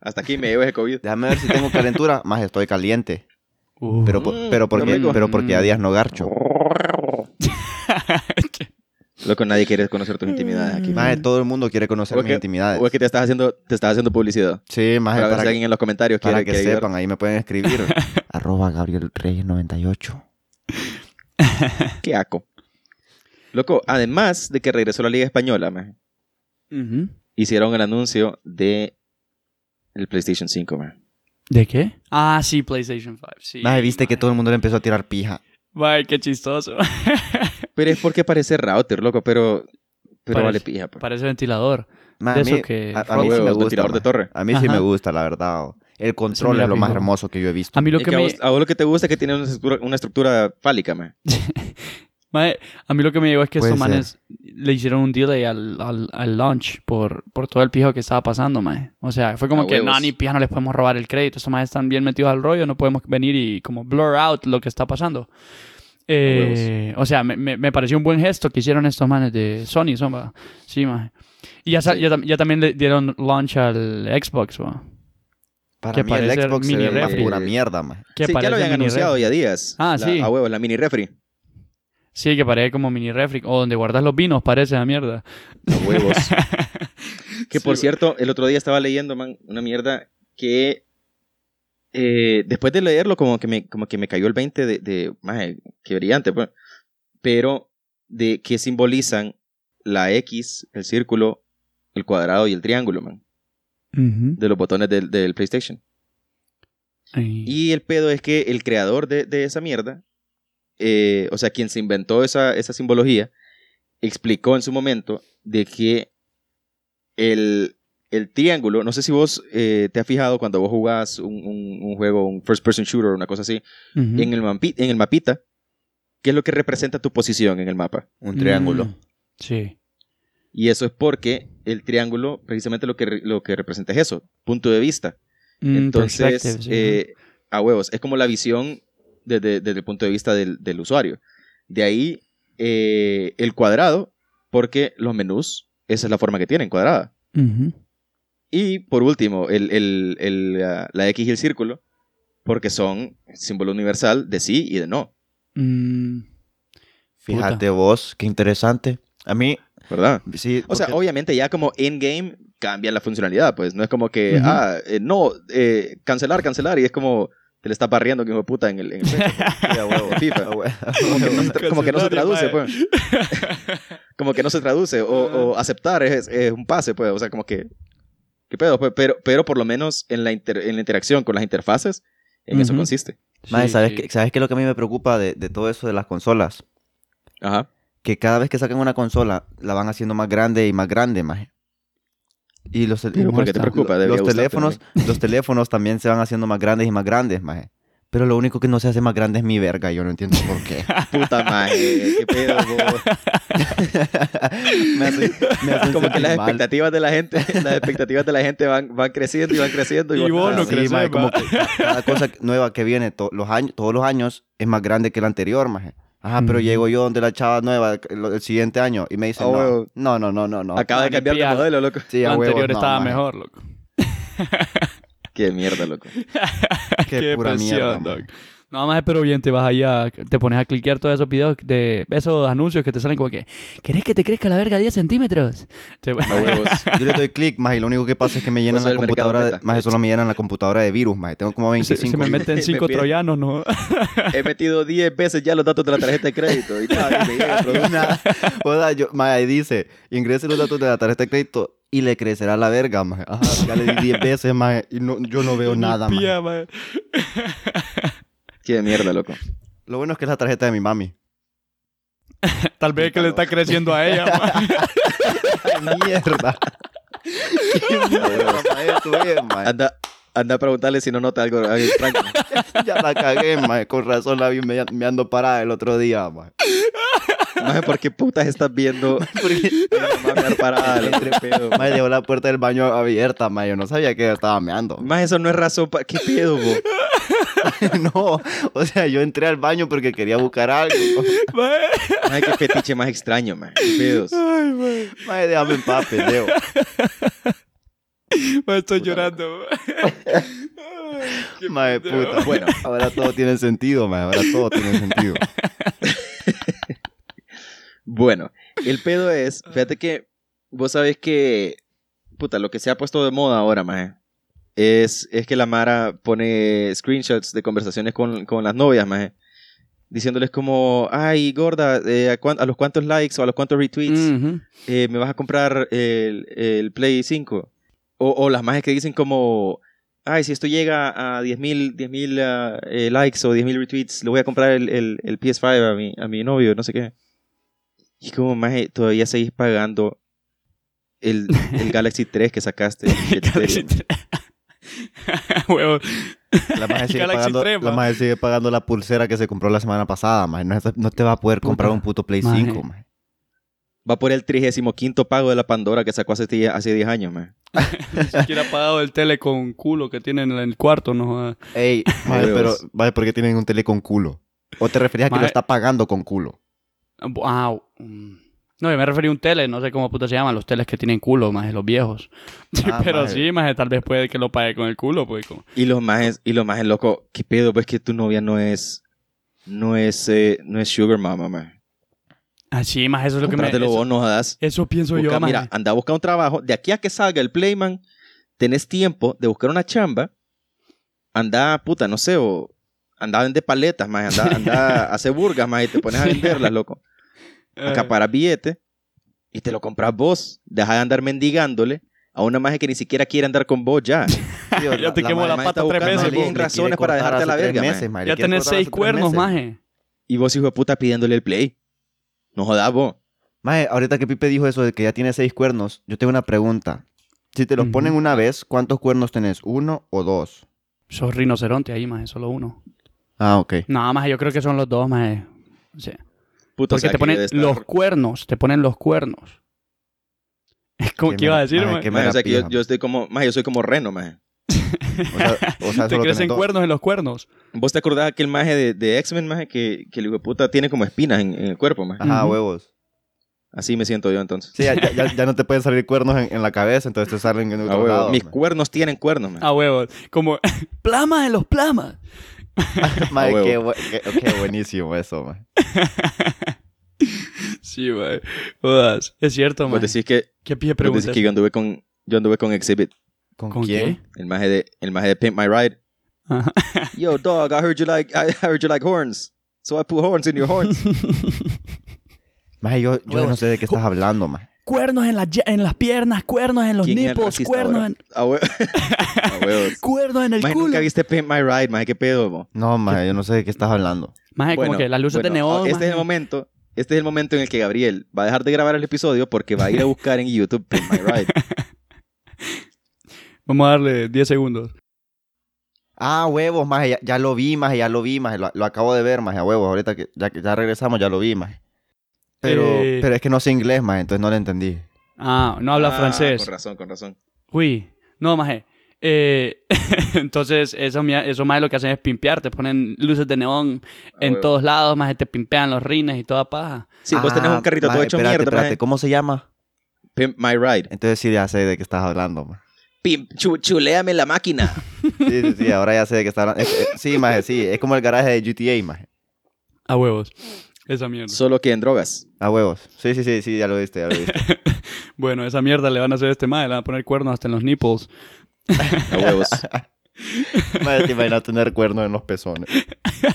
C: Hasta aquí me llevo ese COVID.
A: Déjame ver si tengo calentura. Más estoy caliente.
B: Uh.
A: Pero, por-
C: Mm,
A: pero,
C: qué
A: porque,
C: rico.
A: pero porque a días no garcho.
C: Loco, nadie quiere conocer tus intimidades aquí.
A: Mae, todo el mundo quiere conocer
C: O es
A: mis
C: que-
A: intimidades.
C: O es que te estás haciendo, te estás haciendo publicidad.
A: Sí, más
C: para ver
A: para,
C: si alguien en los comentarios
A: para
C: quiere,
A: que
C: quiere ayudar.
A: sepan, ahí me pueden escribir. Arroba Gabriel Reyes 98.
C: Qué aco. Loco, además de que regresó la Liga Española, maje,
B: Ujú.
C: hicieron el anuncio de el PlayStation 5, man.
B: ¿De qué? Ah, sí, PlayStation 5. Sí.
A: Mae, viste que
B: maje.
A: todo el mundo le empezó a tirar pija.
B: Maje, qué chistoso.
C: Pero es porque parece router, loco, pero, pero
B: Parece-
C: vale pija. pues.
B: Parece ventilador.
A: Mae,
B: De
A: a mí,
B: eso que-
A: a, a mí sí
C: Huevos
A: me
C: de
A: gusta.
C: tirador de
A: mae.
C: torre.
A: A mí sí me
B: Ajá.
A: gusta, la verdad. o. El
B: Se
A: control
B: mira
A: es lo más
B: pijo.
A: hermoso que yo he visto.
B: A mí lo
C: Es
B: que
C: que a,
B: me...
C: vos, a vos lo que te gusta es que tiene una estructura, una estructura fálica, man.
B: maje, a mí lo que me llegó es que
A: Puede
B: estos manes le hicieron un delay al, al, al launch por, por todo el pijo que estaba pasando, maje. O sea, fue como
C: A
B: que no,
C: huevos.
B: ni pija no les podemos robar el crédito. Estos manes están bien metidos al rollo, no podemos venir y como blur out lo que está pasando. Eh, o sea, me, me, me pareció un buen gesto que hicieron estos manes de Sony, son, va. Sí, maje. Y ya, sa-
C: Sí.
B: ya, tam- ya también le dieron launch al Xbox, va.
A: Para
B: que
A: mí el
B: parece
A: Xbox se
B: mini
A: ve más
C: refri.
A: pura mierda, mae.
B: Que
C: sí, ya
B: parece
C: lo habían
B: mini
C: anunciado
B: refri.
C: ya días.
B: Ah,
C: La-
B: sí.
C: A huevo, la mini refri.
B: Sí, que parece como mini refri. O donde guardas los vinos, parece la mierda.
C: A huevos. que
B: Sí,
C: por
B: güey.
C: cierto, el otro día estaba leyendo, man, una mierda que eh, después de leerlo, como que me, como que me cayó el 20 de, de maje, qué brillante, pues. Pero de qué simbolizan la X, el círculo, el cuadrado y el triángulo, man,
B: Ujú.
C: de los botones del, del PlayStation.
B: Ay.
C: Y el pedo es que el creador de, de esa mierda, eh, o sea, quien se inventó esa, esa simbología, explicó en su momento de que el, el triángulo, no sé si vos eh, te has fijado cuando vos jugás un, un- un juego, un first person shooter, una cosa así,
B: Ujú.
C: en, el mapi- en el mapita, ¿qué es lo que representa tu posición en el mapa?
A: Un triángulo.
B: Mm. Sí.
C: Y eso es porque el triángulo, precisamente lo que, re- lo que representa es eso, punto de vista.
B: Mm,
C: Entonces,
B: perspective, sí.
C: eh, a huevos, es como la visión desde, desde el punto de vista del, del usuario. De ahí, eh, el cuadrado Porque los menús, esa es la forma que tienen, cuadrada. Y por último, el, el- el, ah, la X y el círculo, porque son símbolo universal de sí y de no,
B: Mm,
A: Fíjate vos, qué interesante. A mí,
C: ¿verdad?
A: sí.
C: O sea,
A: porque-
C: obviamente ya como in-game cambia la funcionalidad, pues no es como que,
B: Ujú.
C: ah, eh, no, eh, cancelar, cancelar, y es como te le está barriendo que hijo de puta en el, en el pecho,
A: Sí, oh, a huevo,
C: de FIFA.
A: a huevo.
C: Como que no se, tra- como que no se traduce,
B: Cancelar,
C: pues. Como que no se traduce, o, o aceptar es, es un pase, pues, o sea, como que, ¿qué pedo? pues? Pero, pero por lo menos en la, inter- en la interacción con las interfaces, en eso
B: Ujú.
C: consiste.
A: Mae,
B: sí,
A: ¿sabes,
B: sí.
A: Qué, ¿sabes qué es lo que a mí me preocupa de, de todo eso de las consolas?
C: Ajá.
A: Que cada vez que sacan una consola, la van haciendo más grande y más grande, maje. Y los, tel-
B: Pero
A: los-
C: ¿Por qué te
B: está.
C: preocupa? Debería
A: los
C: gustarte,
A: teléfonos, los teléfonos también se van haciendo más grandes y más grandes, maje. Pero lo único que no se hace más grande es mi verga, yo no entiendo por qué.
C: ¿no? Puta madre, qué pedo, vos?
A: me hace, me hacen
C: Como que
A: sentir
C: las
A: mal.
C: expectativas de la gente, las expectativas de la gente van, van creciendo y van creciendo. Y,
B: Y vos no
A: Sí,
B: creces,
A: maje,
B: va.
A: como que ca- cada cosa nueva que viene to- los años, todos los años es más grande que el anterior, maje. Ajá, pero
B: Ujú.
A: llego yo donde la chava nueva lo- el siguiente año y me dice,
C: Ah,
A: no,
C: huevo.
A: no, no, no, no, no.
C: Acaba de
B: Ni
C: cambiar de
B: pillar.
C: modelo, loco.
A: Sí,
B: La
A: a huevos,
B: anterior
A: no,
B: estaba
A: maje.
B: mejor, loco.
C: Qué mierda, loco.
A: Qué, pura mierda.
B: depresión,
A: maje.
B: dog. No, más, pero bien, te vas allá, te pones a cliquear todos esos videos, de esos anuncios que te salen como que, ¿querés que te crezca la verga 10 centímetros? Te-
C: A huevos.
A: Yo le doy clic, más y lo único que pasa es que me llenan
C: Vos sos
A: la
C: el mercado
A: computadora, de,
C: meta.
A: más solo me llenan la computadora de virus, más. Tengo como
B: se,
A: 25.
B: se me meten
C: Me
B: cinco
C: pide-
B: troyanos, ¿no?
C: He metido 10 veces ya los datos de la tarjeta de crédito. Y nada, me llega el producto.
A: Nada. O sea, yo, maje, ahí dice, ingrese los datos de la tarjeta de crédito y le crecerá la verga, maje. Ajá, ya le di 10 veces, maje, y no, yo no veo nada, maje.
B: Pía, maje.
C: Qué mierda, loco.
A: Lo bueno es que es la tarjeta de mi mami.
B: Tal vez que le está creciendo a ella, maje.
A: ¡Qué mierda! ¡Qué mierda, maje, tú ves, maje.
C: Anda, anda a preguntarle si no nota algo, algo extraño.
A: Ya la cagué, maje. Con razón la vi me, me ando parada el otro día, maje.
C: Maje, ¿por qué putas estás viendo
A: Porque,
C: a mi mamá parada? loco? Qué pedo.
A: maje, dejó la puerta del baño abierta, maje. Yo no sabía que estaba meando.
C: Maje, eso no es razón para... ¿Qué pedo, vos?
A: no, o sea, yo entré al baño porque quería buscar algo.
B: Maje.
C: Maje, qué fetiche más extraño, maje. Qué pedos.
B: Ay, maje.
A: Maje, déjame en paz, pendejo.
B: Maje, estoy
C: Puta,
B: llorando, maje. Ay, qué
A: Maje,
B: pendejo.
A: puta.
C: Bueno.
A: Ahora todo tiene sentido, maje. Ahora todo tiene sentido.
C: Bueno, el pedo es, fíjate que vos sabés que, puta, lo que se ha puesto de moda ahora, maje, es, es que la Mara pone screenshots de conversaciones con, con las novias, maje, diciéndoles como, ay, gorda, eh, ¿a, cuán- a los cuántos likes o a los cuántos retweets
B: Ujú.
C: eh, me vas a comprar el, el Play 5? O, o las majes que dicen como, ay, si esto llega a 10.000 10.000 ah, eh, likes o 10.000 retweets, le voy a comprar el, el- el PS5 a mi, a mi novio, no sé qué. Y como, maje, todavía seguís pagando el, el Galaxy 3 que sacaste. en
B: Galaxy
C: serio.
B: 3.
C: este,
B: Huevo.
A: La maje sigue,
B: Galaxy
A: pagando,
B: tres,
A: la
B: ma.
A: maje sigue pagando la pulsera que se compró la semana pasada, maje. No, es- no te va a poder comprar
B: Puta
A: un puto Play
B: maje.
A: 5, maje.
C: Va por el 35 pago de la Pandora que sacó hace, ti- hace 10 años, maje.
B: Ni siquiera ha pagado el tele con culo que tienen en el cuarto, no jodas.
A: Ey, maje,
C: Dios.
A: pero, maje, ¿por qué tienen un tele con culo? ¿O te referías a que lo
B: Maje.
A: está pagando con culo?
B: Ah, mm. no, yo me referí a un tele, no sé cómo puta se llaman, los teles que tienen culo, más los viejos.
A: Ah,
B: Pero
A: maje.
B: sí, más tal vez puede que lo pague con el culo, pues. como-
C: Y los majes, y los majes, loco, ¿qué pedo? Pues que tu novia no es, no es, eh, no es Sugar Mama, maje.
B: Ah, sí, más eso es lo que me.
C: Comprátelo
B: Eso,
C: vos, no jodas.
B: eso pienso
C: Busca-
B: yo, más.
C: mira, anda a buscar un trabajo. De aquí a que salga el Playman, tenés tiempo de buscar una chamba. Anda, puta, no sé, o anda a vender paletas, más, anda, anda a hacer burgas, más, y te pones a venderlas, loco.
B: eh,
C: Acaparas billetes y te lo compras vos. Deja de andar mendigándole a una maje que ni siquiera quiere andar con vos ya. Este
A: Tío,
B: Ya te quemó la
A: maje está
B: pata tres
A: buscando
B: veces,
A: a alguien
B: vos.
A: que le
C: Razones
A: quiere
C: para
A: cortar
C: dejarte a la
A: hace tres
C: verga,
A: meses,
C: maje.
A: maje. Le
B: ya
A: quiere
B: tenés
A: cortar hace
B: seis
A: tres
B: cuernos,
A: meses.
B: maje.
C: Y vos, hijo de puta, pidiéndole el play. No jodas vos.
A: Mae, ahorita que Pipe dijo eso de que ya tiene seis cuernos, yo tengo una pregunta. Si te los
B: Ujú.
A: ponen una vez, ¿cuántos cuernos tenés? ¿Uno o dos?
B: Sos rinoceronte ahí, más, solo uno.
A: Ah, ok.
B: No, más, yo creo que son los dos, más.
C: Puta, o
B: Porque
C: sea,
B: te
C: que
B: ponen
C: debe estar-
B: los cuernos, te ponen los cuernos. Es como
A: Qué
B: que iba a
A: mera-
B: decir,
A: maje,
B: maje.
A: qué
C: Maje, o sea, que yo,
A: pija,
C: yo estoy como, maje, yo soy como reno, maje.
A: O sea, o
C: Ah,
A: sea,
B: Te
A: solo
B: crecen
A: tenés dos.
B: cuernos en los cuernos.
C: ¿Vos te acordás aquel maje de, de X-Men, maje, que, que el hijo de puta tiene como espinas en, en el cuerpo, maje?
A: Ajá,
B: Ujú.
A: huevos.
C: Así me siento yo entonces.
A: Ah. Sí, ya, ya- ya- ya no te pueden salir cuernos en, en la cabeza, entonces te salen en
C: A
A: otro
C: Ah, huevo.
A: lado,
C: Mis
A: ma.
C: cuernos tienen cuernos, man.
B: A Ah, huevos. Como plama de los plamas.
A: Ma,
C: A
A: qué,
C: huevo.
A: bu- qué- qué buenísimo eso, ma.
B: Sí, mae. Jodas. Es cierto, mae.
C: Vos decís que,
B: ¿Qué pide
C: vos decís
B: preguntas?
C: que yo anduve con, yo anduve con Exhibit,
A: ¿Con,
B: ¿Con
A: quién?
B: qué?
C: el maje de, el maje de Pimp My Ride.
B: Ajá.
C: Yo, dog, I heard you like, I heard you like horns. So I put horns in your horns.
A: Ma, yo, yo
B: Huevos.
A: no sé de qué estás hablando, ma.
B: cuernos en, las ye- en las piernas, cuernos en los
C: ¿Quién es el
B: nipos,
C: racista
B: cuernos
C: ahora?
B: en,
C: A hue- A huevos.
B: cuernos en el
C: Maje,
B: culo.
C: nunca viste Pimp My Ride, maje, qué pedo, mo.
A: No, ma, yo no sé de qué estás hablando.
B: Mae, como
C: Bueno,
B: que las luces de
C: bueno,
B: neón.
C: Este es
B: mae.
C: el momento. Este es el momento en el que Gabriel va a dejar de grabar el episodio porque va a ir a buscar en YouTube Pimp My Ride.
B: Vamos a darle 10 segundos.
A: Ah, huevos, ma, ya, ya lo vi, ma, ya lo vi, ma, lo, lo acabo de ver, ma, a huevos, ahorita que ya, que ya regresamos ya lo vi, ma. Pero,
B: Eh.
A: pero es que no sé inglés, ma, entonces no lo entendí.
B: Ah, no habla
C: Ah,
B: francés.
C: Con razón, con razón.
B: Uy, no, maje. Eh, entonces, eso, mia- eso más lo que hacen es pimpear. Te ponen luces de neón en
C: Ah, huevo.
B: todos lados, maje. Te pimpean los rines y toda paja.
C: Sí, vos tenés
A: Ah,
C: un carrito
A: ma,
C: todo hecho
A: espérate,
C: mierda,
A: espérate,
C: maje.
A: ¿cómo se llama?
C: Pimp My Ride.
A: Entonces sí ya sé de qué estás hablando, ma.
C: Pimp, chu- chuleame la máquina.
A: Sí, sí, sí, ahora ya sé de qué estás hablando. Es- es- sí, ma, sí, es como el garaje de GTA, ma.
B: A huevos. Esa mierda.
C: Solo que en drogas.
A: A huevos. Sí, sí, sí, sí, ya lo viste, ya lo viste.
B: Bueno, esa mierda le van a hacer a este mae. Le van a poner cuernos hasta en los nipples.
C: A huevos.
A: Madre, te imaginas tener cuernos en los pezones.
B: Eso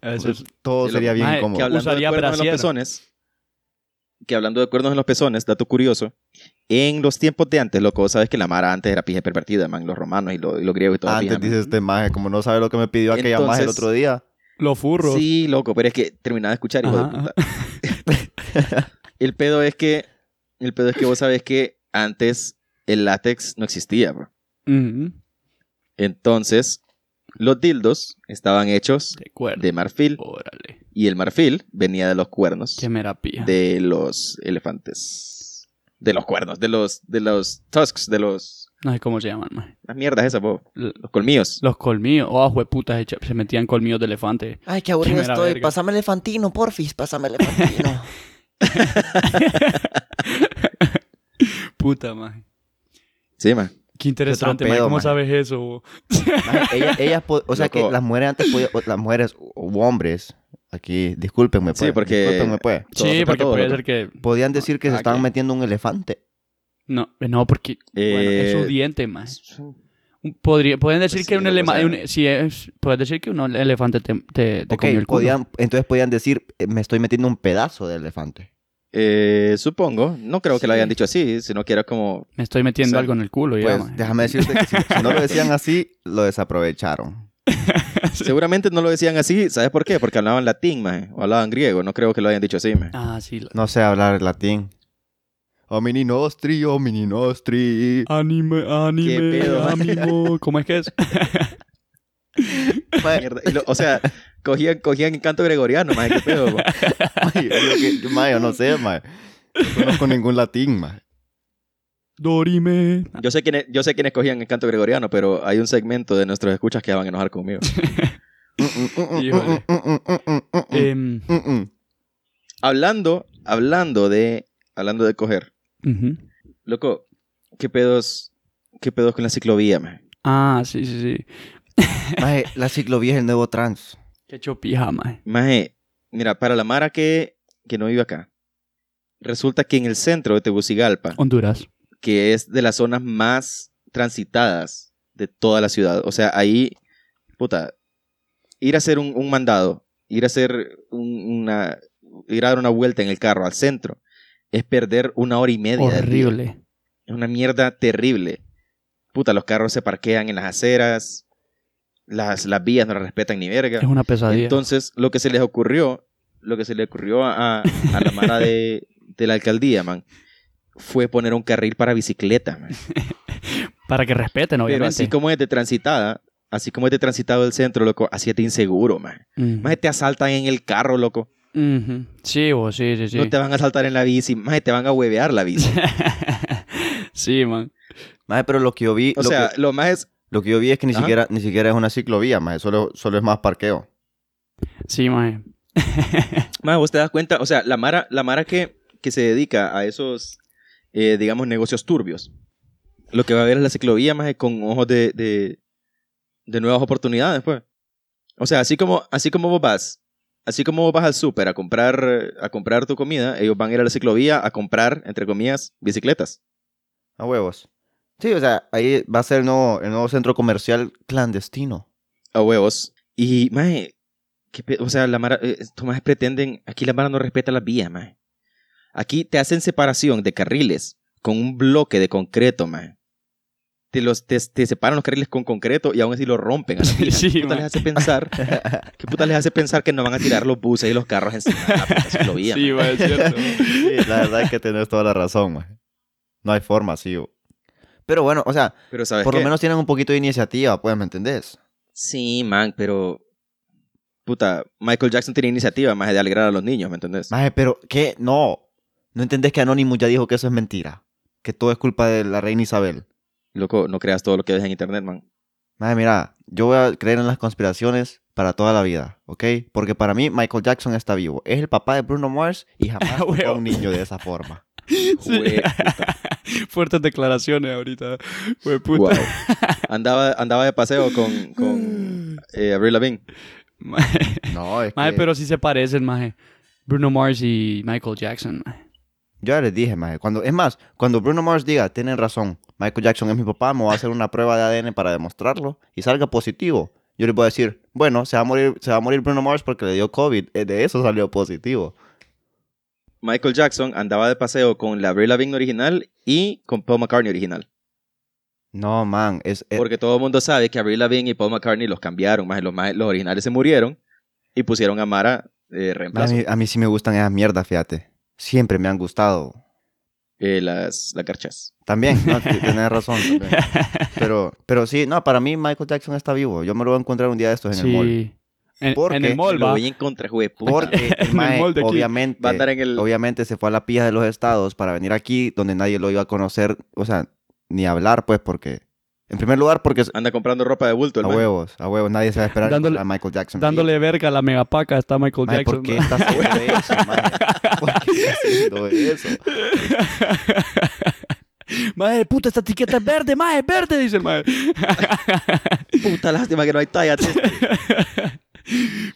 D: Pues,
B: es-
A: Todo
C: Sí, lo-
A: sería bien
B: Mae,
A: incómodo.
C: que hablando
B: Usaría
C: de cuernos en
B: brasier.
C: los pezones, que hablando de cuernos en los pezones, dato curioso, en los tiempos de antes, loco, vos sabes que la mara antes era pija pervertida, man, los romanos y, lo- y los griegos y todo.
A: Antes
C: pija, man.
A: dice este maje, como no sabe lo que me pidió aquella maje el
C: Entonces-
A: otro día.
B: Los furros.
C: Sí, loco, pero es que terminaba de escuchar, hijo de
B: Ajá,
C: puta. El pedo es que, el pedo es que vos sabes que antes el látex no existía, bro.
B: Ujú.
C: Entonces, los dildos estaban hechos
B: De cuernos.
C: de marfil
B: Órale.
C: y el marfil venía de los cuernos
B: Qué mera pija.
C: de los elefantes. De los cuernos, de los, de los tusks, de los...
B: No sé cómo se llaman, mae.
C: Las mierdas esas, bobo.
B: L-
C: Los colmillos.
B: Los colmillos. Oh, jueputas. echa- Se metían colmillos de elefante.
D: Ay, qué aburrido
B: Qué mera
D: estoy.
B: verga.
D: Pásame elefantino, porfis, pásame elefantino.
B: Puta, mae.
C: Sí, man.
B: Qué interesante,
A: Qué otro
B: mae.
A: pedo,
B: ¿Cómo
A: mae.
B: sabes eso? bo?
A: Maje, ellas, ellas po- o sea que
C: Loco.
A: las mujeres antes podían, o las mujeres u hombres, aquí, discúlpenme, pues.
C: Sí, porque-
A: Discúlpenme, pues.
C: Todo
B: Sí,
C: toca
B: porque
C: todo,
B: puede
C: loco.
B: ser que.
A: Podían decir que se
C: ah,
A: estaban
C: que-
A: metiendo un elefante.
B: No, eh, no, porque. bueno, es su
C: Eh,
B: diente, mae. Un- Podría, pueden decir
C: Pues
B: que
C: sí,
B: un
C: lo que sea.
B: elefante. Si es, puedes decir que un elefante te, te, te
A: Ok,
B: comió el culo.
A: podían, entonces podían decir, eh, me estoy metiendo un pedazo de elefante.
C: Eh, supongo. No creo que lo
B: Sí.
C: hayan dicho así, sino que era como...
B: Me estoy metiendo
C: Sí.
B: algo en el culo. ya,
A: Pues
B: mae.
A: déjame decirte que si, si no lo decían así, lo desaprovecharon.
C: Seguramente no lo decían así, ¿sabes por qué? Porque hablaban latín, maje, o hablaban griego, no creo que lo hayan dicho así, maje.
B: Ah, sí. la-
A: No sé hablar latín. Omini nostri, omini nostri.
B: Anime, anime,
C: Qué pedo.
B: ánimo. ¿Cómo es que es?
A: Mae,
C: Mierda, y lo- o sea, cogían, cogían en canto gregoriano, maje, qué pedo, po.
A: mae, yo que- yo, mae, yo no sé, mae. No conozco ningún latín, mae.
B: Dorime.
C: Yo sé quiénes, yo sé quiénes cogían en canto gregoriano, pero hay un segmento de nuestros escuchas que van a enojar conmigo.
A: Mm,
B: Híjole.
C: Mm.
B: Em,
A: mm.
C: hablando, hablando de, hablando de coger,
B: ujú.
C: loco, qué pedos, qué pedos con la ciclovía, maje?
B: Ah, sí, sí, sí.
A: Mae, la ciclovía es el nuevo trans.
B: Qué chopija, mae.
C: Maje, mira, para la mara que, que no vive acá, resulta que en el centro de Tegucigalpa,
B: Honduras.
C: que es de las zonas más transitadas de toda la ciudad. O sea, ahí, puta, ir a hacer un, un mandado, ir a hacer un- una, ir a dar una vuelta en el carro al centro, es perder una hora y media. del día.
B: Horrible.
C: Es una mierda terrible. Puta, los carros se parquean en las aceras, las, las vías no las respetan ni verga.
B: Es una pesadilla.
C: Entonces, lo que se les ocurrió, lo que se le ocurrió a, a- a la mara de, de la alcaldía, man, fue poner un carril para bicicletas, man.
B: Para que respeten,
C: Pero
B: obviamente.
C: así como es de transitada, así como es de transitado el centro, loco, así es de inseguro, man.
B: Mm.
C: Más te asaltan en el carro, loco.
B: Ujú. Sí, vos, sí, sí, sí.
C: No te van a asaltar en la bici, más te van a huevear la bici.
B: sí, man.
A: Mae, pero lo que yo vi,
C: O
A: lo,
C: sea,
A: que,
C: lo más es,
A: lo que yo vi es que ni
C: Ajá.
A: siquiera, ni siquiera es una ciclovía, mae. Solo, solo es más parqueo.
B: Sí, mae.
C: más vos te das cuenta, o sea, la mara, la mara que, que se dedica a esos, eh, digamos, negocios turbios, lo que va a ver es la ciclovía más con ojos de, de, de nuevas oportunidades, pues. O sea, así como, así como vos vas, así como vos vas al súper a comprar, eh, a comprar tu comida, ellos van a ir a la ciclovía a comprar, entre comillas, bicicletas.
A: A huevos. Sí, o sea, ahí va a ser el nuevo, el nuevo centro comercial clandestino.
C: A huevos. Y, mae, qué pe- o sea, la mara, eh, estos maes pretenden, aquí la mara no respeta las vías, mae. Aquí te hacen separación de carriles con un bloque de concreto, mae. Te, los, te, te separan los carriles con concreto y aún así lo rompen. A la vía.
B: Sí,
C: ¿Qué puta
B: mae.
C: les hace pensar? ¿Qué puta les hace pensar que no van a tirar los buses y los carros encima de la puta ciclovía, mae?
B: Sí, güey, es cierto.
A: Sí, la verdad es que tenés toda la razón, güey. No hay forma, sí. güey. Pero bueno, o sea,
C: Pero sabes
A: por lo
C: qué?
A: menos tienen un poquito de iniciativa, pues, ¿me entendés?
C: Sí, man, pero puta, Michael Jackson tiene iniciativa más de alegrar a los niños, ¿me entendés?
A: Maje, pero ¿qué? No. ¿No entendés que Anonymous ya dijo que eso es mentira? Que todo es culpa de la reina Isabel.
C: Loco, no creas todo lo que ves en internet, man.
A: Maje, mira, yo voy a creer en las conspiraciones para toda la vida, ¿ok? Porque para mí Michael Jackson está vivo. Es el papá de Bruno Mars y jamás
B: Ah,
A: tocó a
B: huevo.
A: un niño de esa forma.
B: Sí.
C: Jue-
B: Fuertes declaraciones ahorita. Güey, puta.
C: Guau. Andaba, andaba de paseo con,
A: Mm.
C: con eh, Avril Lavigne.
B: Mae,
A: No, es
B: mae,
A: que...
B: pero sí se parecen, maje. Bruno Mars y Michael Jackson, maje.
A: Yo ya les dije, maje. Cuando, es más, cuando Bruno Mars diga, tienen razón, Michael Jackson es mi papá, me va a hacer una prueba de ADN para demostrarlo y salga positivo, yo les voy a decir, bueno, se va a morir, se va a morir Bruno Mars porque le dio COVID. Eh, De eso salió positivo.
C: Michael Jackson andaba de paseo con la Avril Lavigne original y con Paul McCartney original.
A: No, man, es... eh,
C: Porque todo el mundo sabe que Avril Lavigne y Paul McCartney los cambiaron, más los, maes- los originales se murieron y pusieron a Mara eh,
A: a,
C: reemplazo.
A: mí, a mí sí me gustan esas mierdas, fíjate. Siempre me han gustado.
C: Eh, las, las garchas.
A: También, no, t- tenés razón. también. Pero, pero sí, no, para mí Michael Jackson está vivo. Yo me lo voy a encontrar un día de estos Pues en el mall.
B: Sí. En,
A: Porque
B: en el mall,
C: Lo
B: va.
C: voy a encontrar, jue puta.
A: Porque el
B: En el
A: mae,
B: mall de aquí.
A: obviamente,
C: Va a andar en el...
A: obviamente se fue a la pija de los estados para venir aquí donde nadie lo iba a conocer, o sea, ni hablar, pues, porque... En primer lugar, porque es-
C: Anda comprando ropa de bulto, el
A: a
C: mae.
A: huevos, a huevos, nadie se va a esperar
B: Dándole-
A: a Michael Jackson.
B: Dándole verga a la megapaca está Michael
A: Mae,
B: Jackson.
A: ¿por qué
B: mae.
A: estás haciendo eso, mae? ¿Por qué estás haciendo eso?
B: Madre puta, esta etiqueta es verde, madre, es verde, dice el madre.
C: Puta lástima que no hay talla. tío.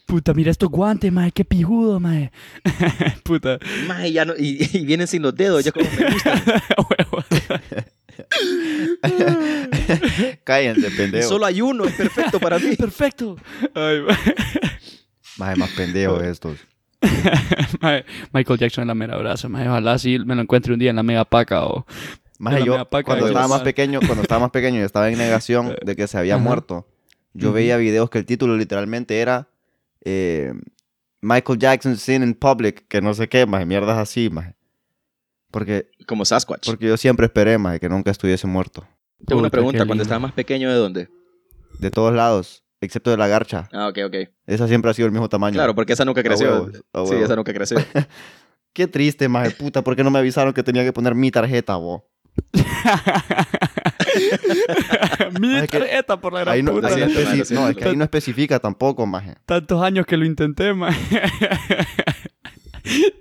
B: Puta, mira estos guantes, madre, qué pijudo, madre. puta.
C: Mae, ya no- y, y vienen sin los dedos, ya como me gustan.
B: Huevo.
A: Cállense, pendejo.
C: Solo hay uno, es perfecto para mí.
B: Perfecto. Ay, mae.
A: Mae, más pendejos estos.
B: Mae, Michael Jackson en la mera brasa, mae. Ojalá sí me lo encuentre un día en la mega paca o.
A: Maje,
B: la
A: yo
B: megapaca
A: cuando
C: de
A: estaba
B: los-
A: más pequeño, cuando estaba más pequeño y estaba en negación de que se había
B: Ajá.
A: muerto, yo
B: Ujú.
A: veía videos que el título literalmente era eh, Michael Jackson Sin in Public, que no sé qué, más mierdas así, más. Porque,
C: Como Sasquatch.
A: porque yo siempre esperé, más, que nunca estuviese muerto.
C: Tengo una
B: Puta,
C: pregunta,
B: qué
C: cuando
B: lindo.
C: estaba más pequeño, ¿de dónde?
A: De todos lados, excepto de la garcha.
C: Ah, ok, ok.
A: Esa siempre ha sido el mismo tamaño.
C: Claro, porque esa nunca
A: A
C: creció.
A: huevos, a huevos.
C: Sí, esa nunca creció.
A: Qué triste, más puta, porque no me avisaron que tenía que poner mi tarjeta, vos.
B: Mi
A: Ay, que-
B: tarjeta por la gran
A: Ahí no,
B: puta.
A: ahí no
C: Lo siento,
A: especi-
C: mae, lo siento.
A: no, es que ahí no especifica tampoco, más.
B: Tantos años que lo intenté, mae.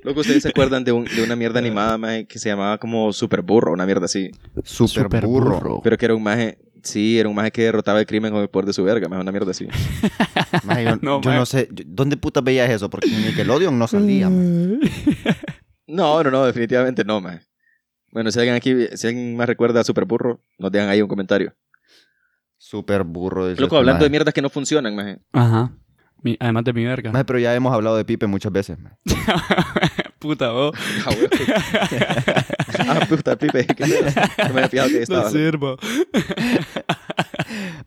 C: Luego ustedes se acuerdan de, un- de una mierda animada, maje, que se llamaba como Super Burro, una mierda así.
A: Super, burro.
C: Pero que era un maje, sí, era un maje que derrotaba el crimen con el poder de su verga, maje, una mierda así.
A: Maje, yo yo
B: No, maje.
A: no sé, yo- ¿dónde putas veías eso? Porque en Nickelodeon no salía.
B: Mm.
A: maje.
C: No, no, no, definitivamente no, maje. Bueno, si alguien aquí, si alguien más recuerda a Super Burro, nos dejan ahí un comentario.
A: Super burro. dice
C: Loco,
A: este
C: hablando de
A: maje.
C: mierdas que no funcionan, maje.
B: Ajá. Mi- además de mi verga.
A: Maje, pero ya hemos hablado de Pipe muchas veces. maje.
B: Puta, vos.
C: Ah, huevo. Ah, puta, Pipe. qué pedo. No me había fijado que ahí
B: No
C: estaba.
B: sirvo.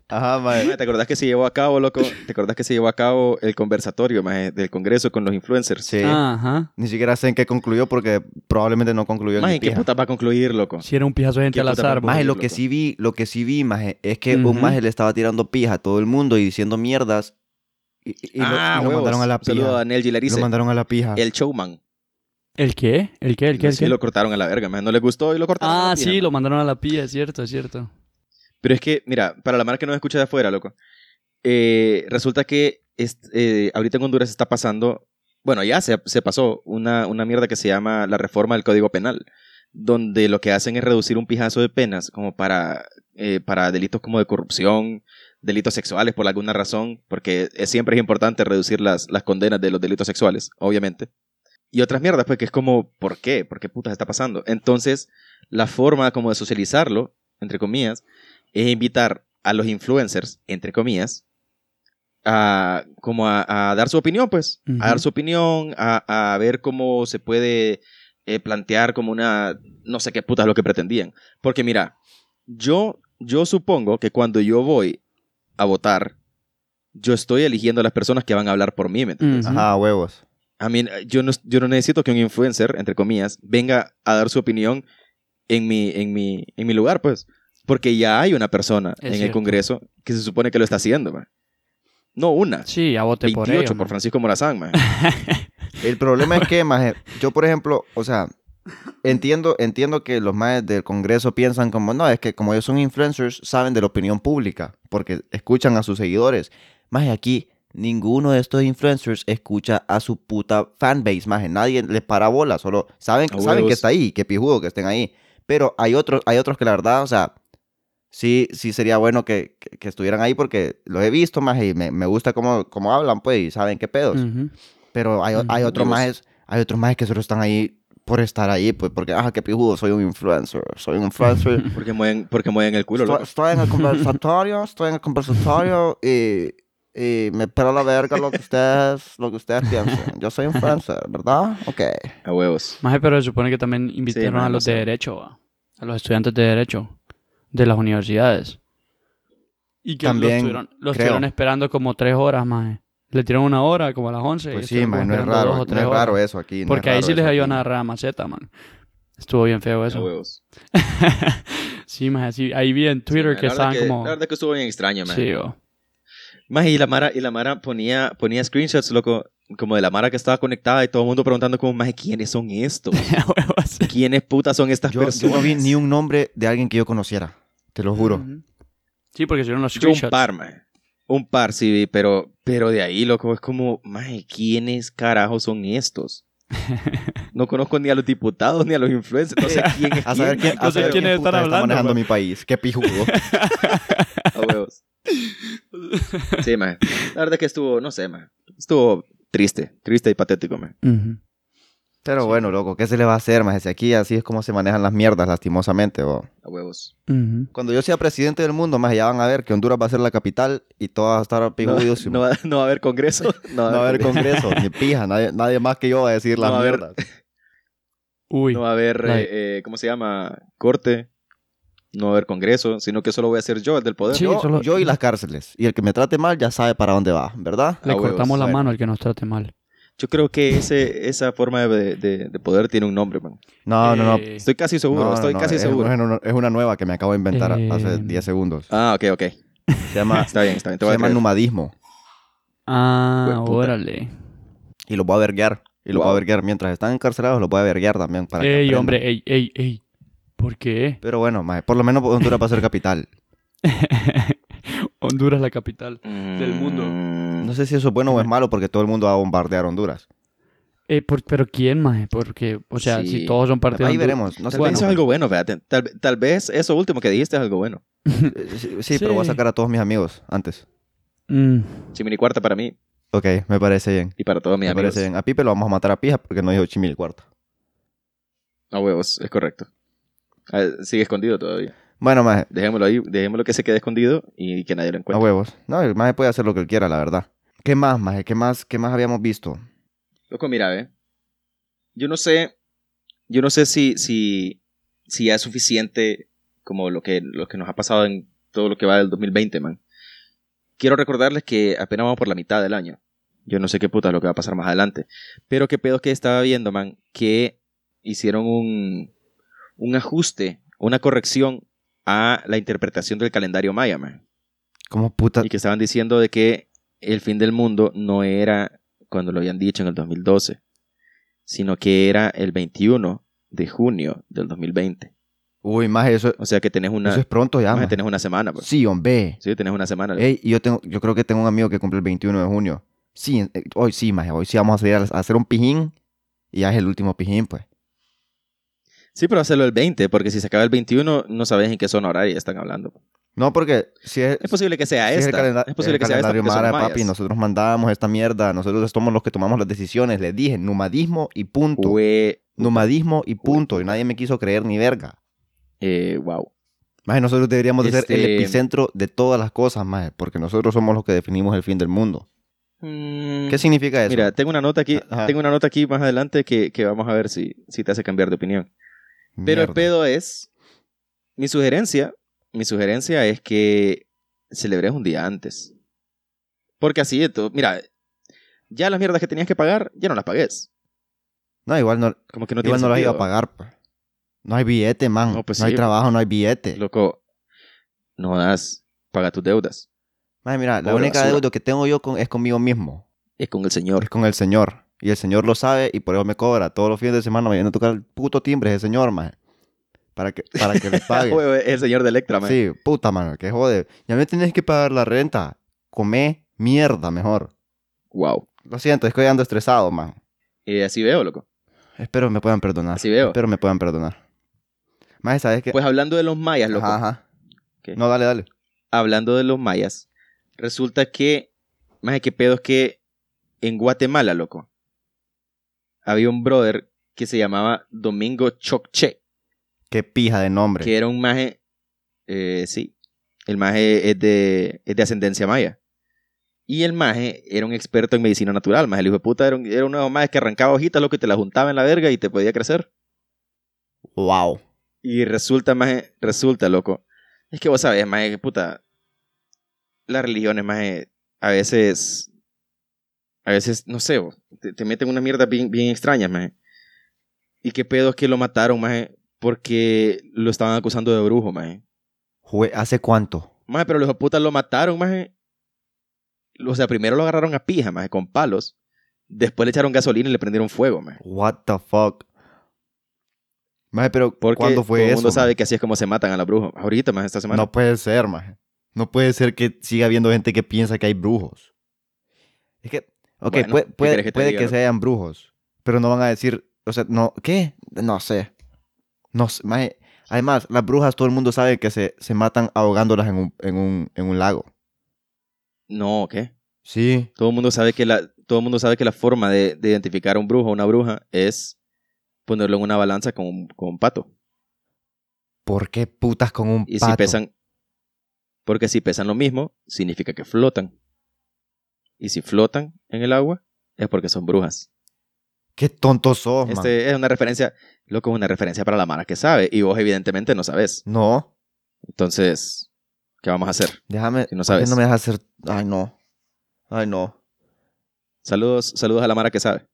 A: Ajá, maje.
C: ¿Te acordás que se llevó a cabo, loco? ¿Te acordás que se llevó a cabo el conversatorio maje, del Congreso con los influencers?
A: Sí.
B: Ajá.
A: Ni siquiera sé en qué concluyó porque probablemente no concluyó en
C: Maje,
A: ni
C: ¿qué
A: pija.
C: puta va a concluir, loco?
B: Si era un pijazo de gente
C: Qué
B: al
C: puta
B: azar,
C: mamá.
B: mae.
A: Maje, lo
C: loco.
A: que sí vi, lo que sí vi, maje, es que un
B: Ujú.
A: maje le estaba tirando pija a todo el mundo y diciendo mierdas. Y, y- y lo- y lo,
C: Ah, huevos.
A: mandaron a la
C: Un Saludo a
A: pija.
C: Daniel
A: Lo
C: Gilarice,
A: mandaron a la pija.
C: el showman.
B: ¿El qué? ¿El qué? ¿El qué? ¿El
C: sí,
B: qué?
C: lo cortaron a la verga, maje. No le gustó y lo cortaron. a
B: Ah,
C: la pija,
B: sí,
C: maje.
B: lo mandaron a la pilla, es cierto, es cierto.
C: Pero es que, mira, para la mar que nos escucha de afuera, loco, eh, resulta que est- eh, ahorita en Honduras está pasando bueno, ya se, se pasó una, una mierda que se llama la reforma del Código Penal, donde lo que hacen es reducir un pijazo de penas como para, eh, para delitos como de corrupción, delitos sexuales por alguna razón, porque es- siempre es importante reducir las, las condenas de los delitos sexuales, obviamente. Y otras mierdas, pues que es como, ¿por qué? ¿Por qué putas está pasando? Entonces, la forma como de socializarlo, entre comillas, es invitar a los influencers, entre comillas, a, como a, a dar su opinión, pues, a dar
B: Ujú.
C: su opinión, a, a ver cómo se puede eh, plantear como una, no sé qué putas lo que pretendían. Porque mira, yo, yo supongo que cuando yo voy a votar, yo estoy eligiendo a las personas que van a hablar por mí, ¿me entiendes?
B: Ujú.
A: Ajá, huevos.
C: A mí, yo no, yo no necesito que un influencer, entre comillas, venga a dar su opinión en mi, en mi, en mi lugar, pues. Porque ya hay una persona
B: Es
C: en el
B: cierto.
C: Congreso que se supone que lo está haciendo, man. No una,
B: Sí, a voté
C: 28
B: por
C: por,
B: ellos. man.
C: Francisco Morazán, man.
A: El problema es que, maje, yo por ejemplo, o sea, entiendo, entiendo que los maes del Congreso piensan como, no, es que como ellos son influencers, saben de la opinión pública, porque escuchan a sus seguidores. Maje, aquí ninguno de estos influencers escucha a su puta fanbase, maje, nadie les para bola, solo saben,
C: A
A: saben
C: huevos.
A: que está ahí, que pijudo que estén ahí. Pero hay otros, hay otros que la verdad, o sea, sí, sí sería bueno que, que- que estuvieran ahí porque los he visto, maje, y me, me gusta cómo, cómo hablan, pues, y saben qué pedos.
B: Ujú.
A: Pero hay,
B: Ujú.
A: hay otros
C: Huevos.
A: más, hay otros más que solo están ahí por estar ahí, pues porque, ah, qué pijudo, soy un influencer, soy un influencer.
C: Porque mueven, porque mueven el culo,
A: estoy,
C: loco.
A: estoy en el conversatorio, estoy en el conversatorio y, y me pela la verga lo que ustedes, lo que ustedes piensan. Yo soy influencer, ¿verdad? Ok.
C: A huevos.
B: Maje, pero se supone que también invitaron
C: maje,
B: a
C: no
B: los
C: sé.
B: de Derecho, va, a los estudiantes de Derecho de las universidades. Y que
A: También,
B: los, estuvieron, los
A: creo.
B: estuvieron esperando como tres horas, maje. Le tiraron una hora, como a las 11. y
A: Pues sí,
B: estuvieron
A: man, no es
B: esperando dos
A: raro,
B: o
A: no
B: tres
A: es raro
B: horas.
A: eso aquí. no es
B: Porque ahí
A: raro
B: sí les
A: eso
B: ayudan
A: aquí. Ah,
B: a agarrar a maceta, man. Estuvo bien feo
C: A
B: eso.
C: huevos.
B: sí, maje, sí. Ahí vi en Twitter
C: Sí, man,
B: que
C: la verdad
B: estaban como...
C: La verdad que estuvo bien extraño, man.
B: Sí, oh.
C: Más y la Mara, y la Mara ponía, ponía screenshots, loco, como de la Mara que estaba conectada y todo el mundo preguntando como, más ¿quiénes son estos? ¿Quiénes putas son estas
A: Yo, yo
C: personas?
A: no vi ni un nombre de alguien que yo conociera, te lo juro.
B: Ujú. Sí, porque hicieron los
C: Yo un
B: screenshots.
C: par, man. Un par, sí, vi, pero, pero de ahí, loco, es como, mae, ¿quiénes carajos son estos? No conozco ni a los diputados ni a los influencers, no sé quién es
A: A saber quién, a
B: No sé
A: saber
B: quiénes
A: quién
B: están
A: putas está
B: hablando,
A: manejando
B: man.
A: mi país. Qué pijudo.
C: A huevos. Sí, man. La verdad que estuvo, no sé, man. Estuvo triste, triste y patético, man.
B: Ujú.
A: Pero bueno, loco, ¿qué se le va a hacer, más? Aquí así es como se manejan las mierdas, lastimosamente, bo.
C: A huevos.
B: Ujú.
A: Cuando yo sea presidente del mundo, más ya van a ver que Honduras va a ser la capital y todo va a estar
C: No,
A: pijudísimo.
C: no
A: No,
C: va, no va a haber congreso. No
A: va a haber congreso, ni pija, nadie, nadie más que yo va a decir
C: No
A: las
C: va a haber-
A: mierdas.
B: Uy.
A: ah,
C: No va a haber,
B: la-
C: eh, eh, ¿cómo se llama? Corte. No va a haber congreso, sino que solo voy a ser yo, el del poder.
B: Sí,
A: yo,
B: solo-
A: yo y las cárceles. Y el que me trate mal ya sabe para dónde va, ¿verdad?
B: Le
C: a huevos,
B: cortamos la
A: bueno.
B: mano al que nos trate mal.
C: Yo creo que ese, esa forma de, de- de poder tiene un nombre, man.
A: No, no, no.
B: Eh,
C: Estoy casi seguro,
A: No, no,
C: estoy
A: no,
C: casi
A: es,
C: seguro.
A: Es una, es una nueva que me acabo de inventar
B: Eh,
A: hace 10 segundos.
C: Ah, ok, ok.
A: Se llama,
C: Está bien, está bien.
A: se
C: Te voy a
A: llama
C: creer.
A: numadismo.
B: Ah,
C: Hueputa.
B: órale.
A: Y los voy a verguear. Y los
C: Wow.
A: voy a verguear. Mientras están encarcelados, los voy a verguear también. Para que
B: Ey,
A: aprendan.
B: hombre, ey, ey, ey. ¿Por qué?
A: Pero bueno, maje, por lo menos Honduras va a ser capital.
B: Honduras la capital. del mundo.
C: Mm,
A: No sé si eso es bueno o es malo porque todo el mundo va a bombardear Honduras.
B: Eh, por- pero ¿quién, maje? Porque, o sea,
C: Sí.
B: si todos son parte de
A: Ahí
B: Hondu-
A: veremos. No sé
C: Tal
B: Bueno.
C: vez eso es algo bueno, fíjate. Tal, tal vez eso último que dijiste es algo bueno.
A: Eh, Sí, sí, pero voy a
B: Sí.
A: sacar a todos mis amigos antes.
B: Mm.
C: Chiminicuarta para mí
A: Ok, me parece bien.
C: y para todos mis
A: me
C: amigos.
A: parece bien. A Pipe lo vamos a matar a pija porque no dijo chimil cuarto.
C: A huevos, es correcto. Ah, sigue escondido todavía.
A: Bueno, maje,
C: Dejémoslo ahí, dejémoslo que se quede escondido y que nadie lo
A: a
C: encuentre.
A: huevos. No, el maje puede hacer lo que él quiera, la verdad. ¿Qué más, maje? ¿Qué más, qué más habíamos visto?
C: Loco, mira, ve. Yo no sé. Yo no sé si, si, si ya es suficiente como lo que, lo que nos ha pasado en todo lo que va del 2020, man. Quiero recordarles que apenas vamos por la mitad del año. Yo no sé qué puta es lo que va a pasar más adelante. Pero qué pedo que estaba viendo, man, que hicieron un, un ajuste, una corrección a la interpretación del calendario maya, man.
A: ¿Cómo puta?
C: Y que estaban diciendo de que el fin del mundo no era cuando lo habían dicho en el 2012, sino que era el 21 de junio del 2020.
A: Uy, maje, eso,
C: O sea que tenés una,
A: eso es pronto ya,
C: más que
A: maje.
C: tenés una semana. Pues.
A: Sí, hombre.
C: Sí, tenés una semana.
A: Ey, y yo, tengo, yo creo que tengo un amigo que cumple el 21 de junio. Sí, eh, hoy sí, maje, hoy sí vamos a salir a, a hacer un pijín y ya es el último pijín, pues.
C: Sí, pero hacerlo el 20, porque si se acaba el 21, no sabes en qué zona horaria están hablando.
A: No, porque si es,
C: Es posible que sea
A: si es el
C: esta.
A: calenda-
C: Es posible
A: el
C: que sea esta
A: calendario
C: porque son
A: mara,
C: mayas.
A: papi, nosotros mandábamos esta mierda, nosotros somos los que tomamos las decisiones, les dije, numadismo y punto.
C: Hue-
A: Numadismo y punto, y nadie me quiso creer ni verga.
C: eh, wow.
A: Más nosotros deberíamos de ser el
C: Este-
A: epicentro de todas las cosas, más porque nosotros somos los que definimos el fin del mundo.
C: Mm,
A: ¿Qué significa eso?
C: Mira, tengo una nota aquí,
A: Ajá.
C: tengo una nota aquí más adelante que, que vamos a ver si, si te hace cambiar de opinión. Pero el
A: Mierda.
C: pedo es, mi sugerencia, mi sugerencia es que celebres un día antes. Porque así, tú- mira, ya las mierdas que tenías que pagar, ya no las pagues.
A: No, igual no,
C: Como que no
A: igual
C: tiene
A: no las iba a
C: sentido.
A: pagar, pues. No hay billete, man.
C: No,
A: No,
C: pues sí,
A: hay trabajo, no hay billete.
C: Loco, no das, paga tus deudas.
A: Maje, mira, la
C: Pobre
A: única
C: basura.
A: deuda que tengo yo con- es conmigo mismo.
C: Es con el Señor.
A: Es con el Señor. Y el Señor lo sabe y por eso me cobra. Todos los fines de semana me viene a tocar el puto timbre ese Señor, maje. Para que, para que le
C: Ah,
A: pague.
C: huevo, es el Señor de Electra, man.
A: sí, puta, mano, que jode. Ya me tienes que pagar la renta. Comé mierda mejor.
C: Wow.
A: Lo siento, es que hoy ando estresado, man.
C: Y Eh, así veo, loco.
A: Espero me puedan perdonar.
C: Así veo.
A: Espero me puedan perdonar. Más, ¿sabes qué?
C: Pues hablando de los mayas, loco.
A: Ajá, ajá.
C: Ok.
A: No, dale, dale.
C: hablando de los mayas, resulta que, más que pedo es que en Guatemala, loco, había un brother que se llamaba Domingo Chocche,
A: Qué pija de nombre.
C: que era un maje, eh, sí, el maje es de, es de ascendencia maya. Y el maje era un experto en medicina natural, más el hijo de puta era, un, era uno de los majes que arrancaba hojitas, loco, y te las juntaba en la verga y te podía crecer.
A: Wow.
C: Y resulta, más resulta, loco. Es que vos sabés, más que puta. Las religiones, más a veces. A veces, no sé, bo, te, te meten una mierda bien, bien extraña, más. Y qué pedo es que lo mataron, más porque lo estaban acusando de brujo, más.
A: Jue- ¿Hace cuánto?
C: Maje, pero los hijos de puta lo mataron, maje. O sea, primero lo agarraron a pija, maje, con palos. Después le echaron gasolina y le prendieron fuego, maje.
A: What the fuck. Maje, pero
C: Porque
A: ¿cuándo fue
C: todo el
A: eso?
C: mundo sabe
A: maje?
C: que así es como se matan a la bruja. Ahorita, más esta semana.
A: No puede ser, maje. No puede ser que siga habiendo gente que piensa que hay brujos. Es que, ok,
C: Bueno,
A: puede,
C: ¿qué
A: puede-
C: querés que te
A: puede
C: diga,
A: que
C: loco?
A: sean brujos, pero no van a decir, o sea, no, ¿qué? No sé. No sé, maje. Además, las brujas todo el mundo sabe que se, se matan ahogándolas en un, en un, en un lago.
C: No, ¿qué?
A: Sí.
C: Todo el mundo sabe que la, todo el mundo sabe que la forma de, de identificar a un brujo o una bruja es ponerlo en una balanza con, un- con un pato.
A: ¿Por qué putas con un
C: Y si
A: pato?
C: pesan, porque si pesan lo mismo, significa que flotan. Y si flotan en el agua, es porque son brujas.
A: Qué tontos sos, man.
C: Este es una referencia, loco, es una referencia para la mara que sabe, y vos evidentemente no sabes.
A: No,
C: Entonces, ¿qué vamos a hacer?
A: déjame.
C: Si no
A: ¿por qué
C: sabes.
A: no me dejas hacer? Ay, no. Ay, no.
C: Saludos, saludos a la Mara que sabe.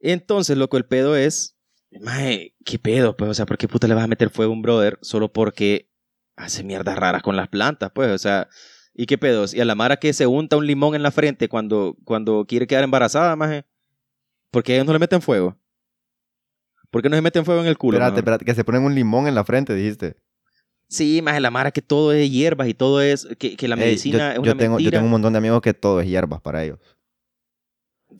C: Entonces, loco, el pedo es. Mae, ¿qué pedo? Pues, o sea, ¿por qué puta le vas a meter fuego a un brother solo porque hace mierdas raras con las plantas? Pues, o sea, ¿y qué pedos? Y a la Mara que se unta un limón en la frente cuando, cuando quiere quedar embarazada, maje. ¿Por qué a ellos no le meten fuego? ¿Por qué no se meten fuego en el culo?
A: espérate,
C: maje?
A: espérate, que se ponen un limón en la frente, dijiste.
C: Sí, maje, la Mara que todo es hierbas y todo es. que, que la
A: Ey,
C: medicina
A: yo,
C: es una
A: yo tengo, yo
C: mentira.
A: tengo un montón de amigos que todo es hierbas para ellos.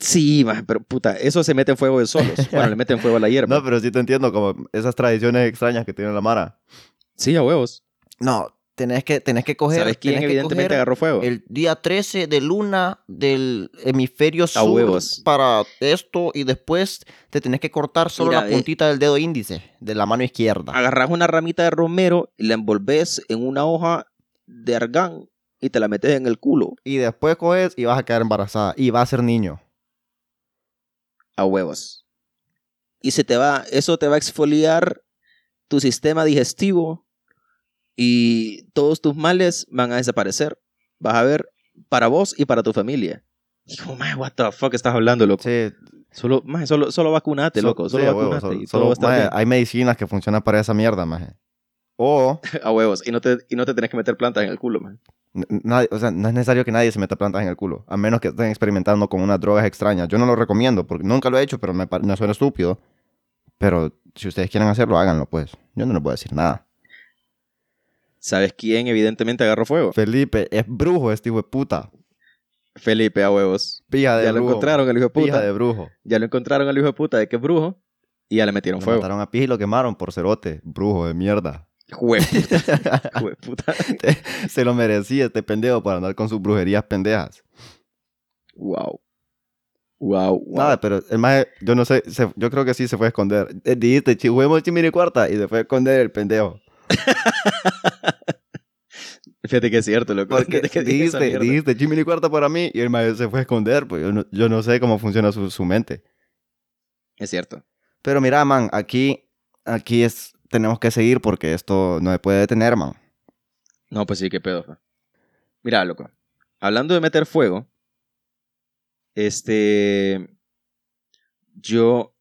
C: Sí, maje, pero puta, eso se mete en fuego de solos. bueno, le meten fuego a la hierba.
A: No, pero sí te entiendo, como esas tradiciones extrañas que tiene la Mara.
C: Sí, a huevos.
A: No, tenés que, tenés que coger.
C: ¿Sabes quién
A: tenés que
C: evidentemente
A: coger
C: agarró fuego?
A: El día 13 de luna del hemisferio sur
C: huevos.
A: para esto y después te tenés que cortar solo
C: Mira, Ah.
A: la
C: eh.
A: puntita del dedo índice de la mano izquierda.
C: Agarras una ramita de romero, y la envolves en una hoja de argán y te la metes en el culo.
A: Y después coges y vas a quedar embarazada y vas a ser niño.
C: A huevos. Y se te va, eso te va a exfoliar tu sistema digestivo y todos tus males van a desaparecer. Vas a ver, para vos y para tu familia. Y como, "Mae, what the fuck estás hablando, loco?
A: Sí,
C: Solo, mae, solo, solo vacunate,
A: So-
C: loco. Solo
A: sí, a huevo,
C: vacunate
A: so-
C: y todo
A: solo-
C: va a estar
A: maje,
C: bien".
A: Hay medicinas que funcionan para esa mierda, maje. O,
C: A huevos. Y no, te, y no te tenés que meter plantas en el culo, man.
A: n- nadie- o sea, no es necesario que nadie se meta plantas en el culo, a menos que estén experimentando con unas drogas extrañas. Yo no lo recomiendo, porque nunca lo he hecho, pero me, pa- me suena estúpido. Pero si ustedes quieren hacerlo, háganlo, pues. Yo no les puedo decir nada.
C: ¿Sabes quién evidentemente agarró fuego?
A: Felipe, es brujo este hijo de puta.
C: Felipe a huevos.
A: Pija de
C: Ya lo
A: brujo.
C: encontraron al hijo de
A: Pija
C: puta.
A: de brujo.
C: Ya lo encontraron al hijo de puta de que es brujo. Y ya le metieron
A: Lo
C: fuego.
A: mataron a pija y lo quemaron por cerote. Brujo de mierda.
C: Jueputa. Jueputa.
A: Se lo merecía este pendejo por andar con sus brujerías pendejas.
C: Wow. Wow, wow.
A: Nada, pero el maje, yo no sé, se- yo creo que sí se fue a esconder. Eh, Dijiste, "Chi- juguemos cuarta y se fue a esconder el pendejo.
C: Fíjate que es cierto, loco.
A: Porque
C: Fíjate que dije esa
A: dijiste,
C: mierda.
A: dijiste cuarta para mí y el maje se fue a esconder. Pues yo no, yo no sé cómo funciona su, su mente.
C: Es cierto.
A: Pero mira, man, aquí, aquí es, tenemos que seguir porque esto no se puede detener, man.
C: No, pues sí, qué pedo. fa. Mira, loco. Hablando de meter fuego, este. Yo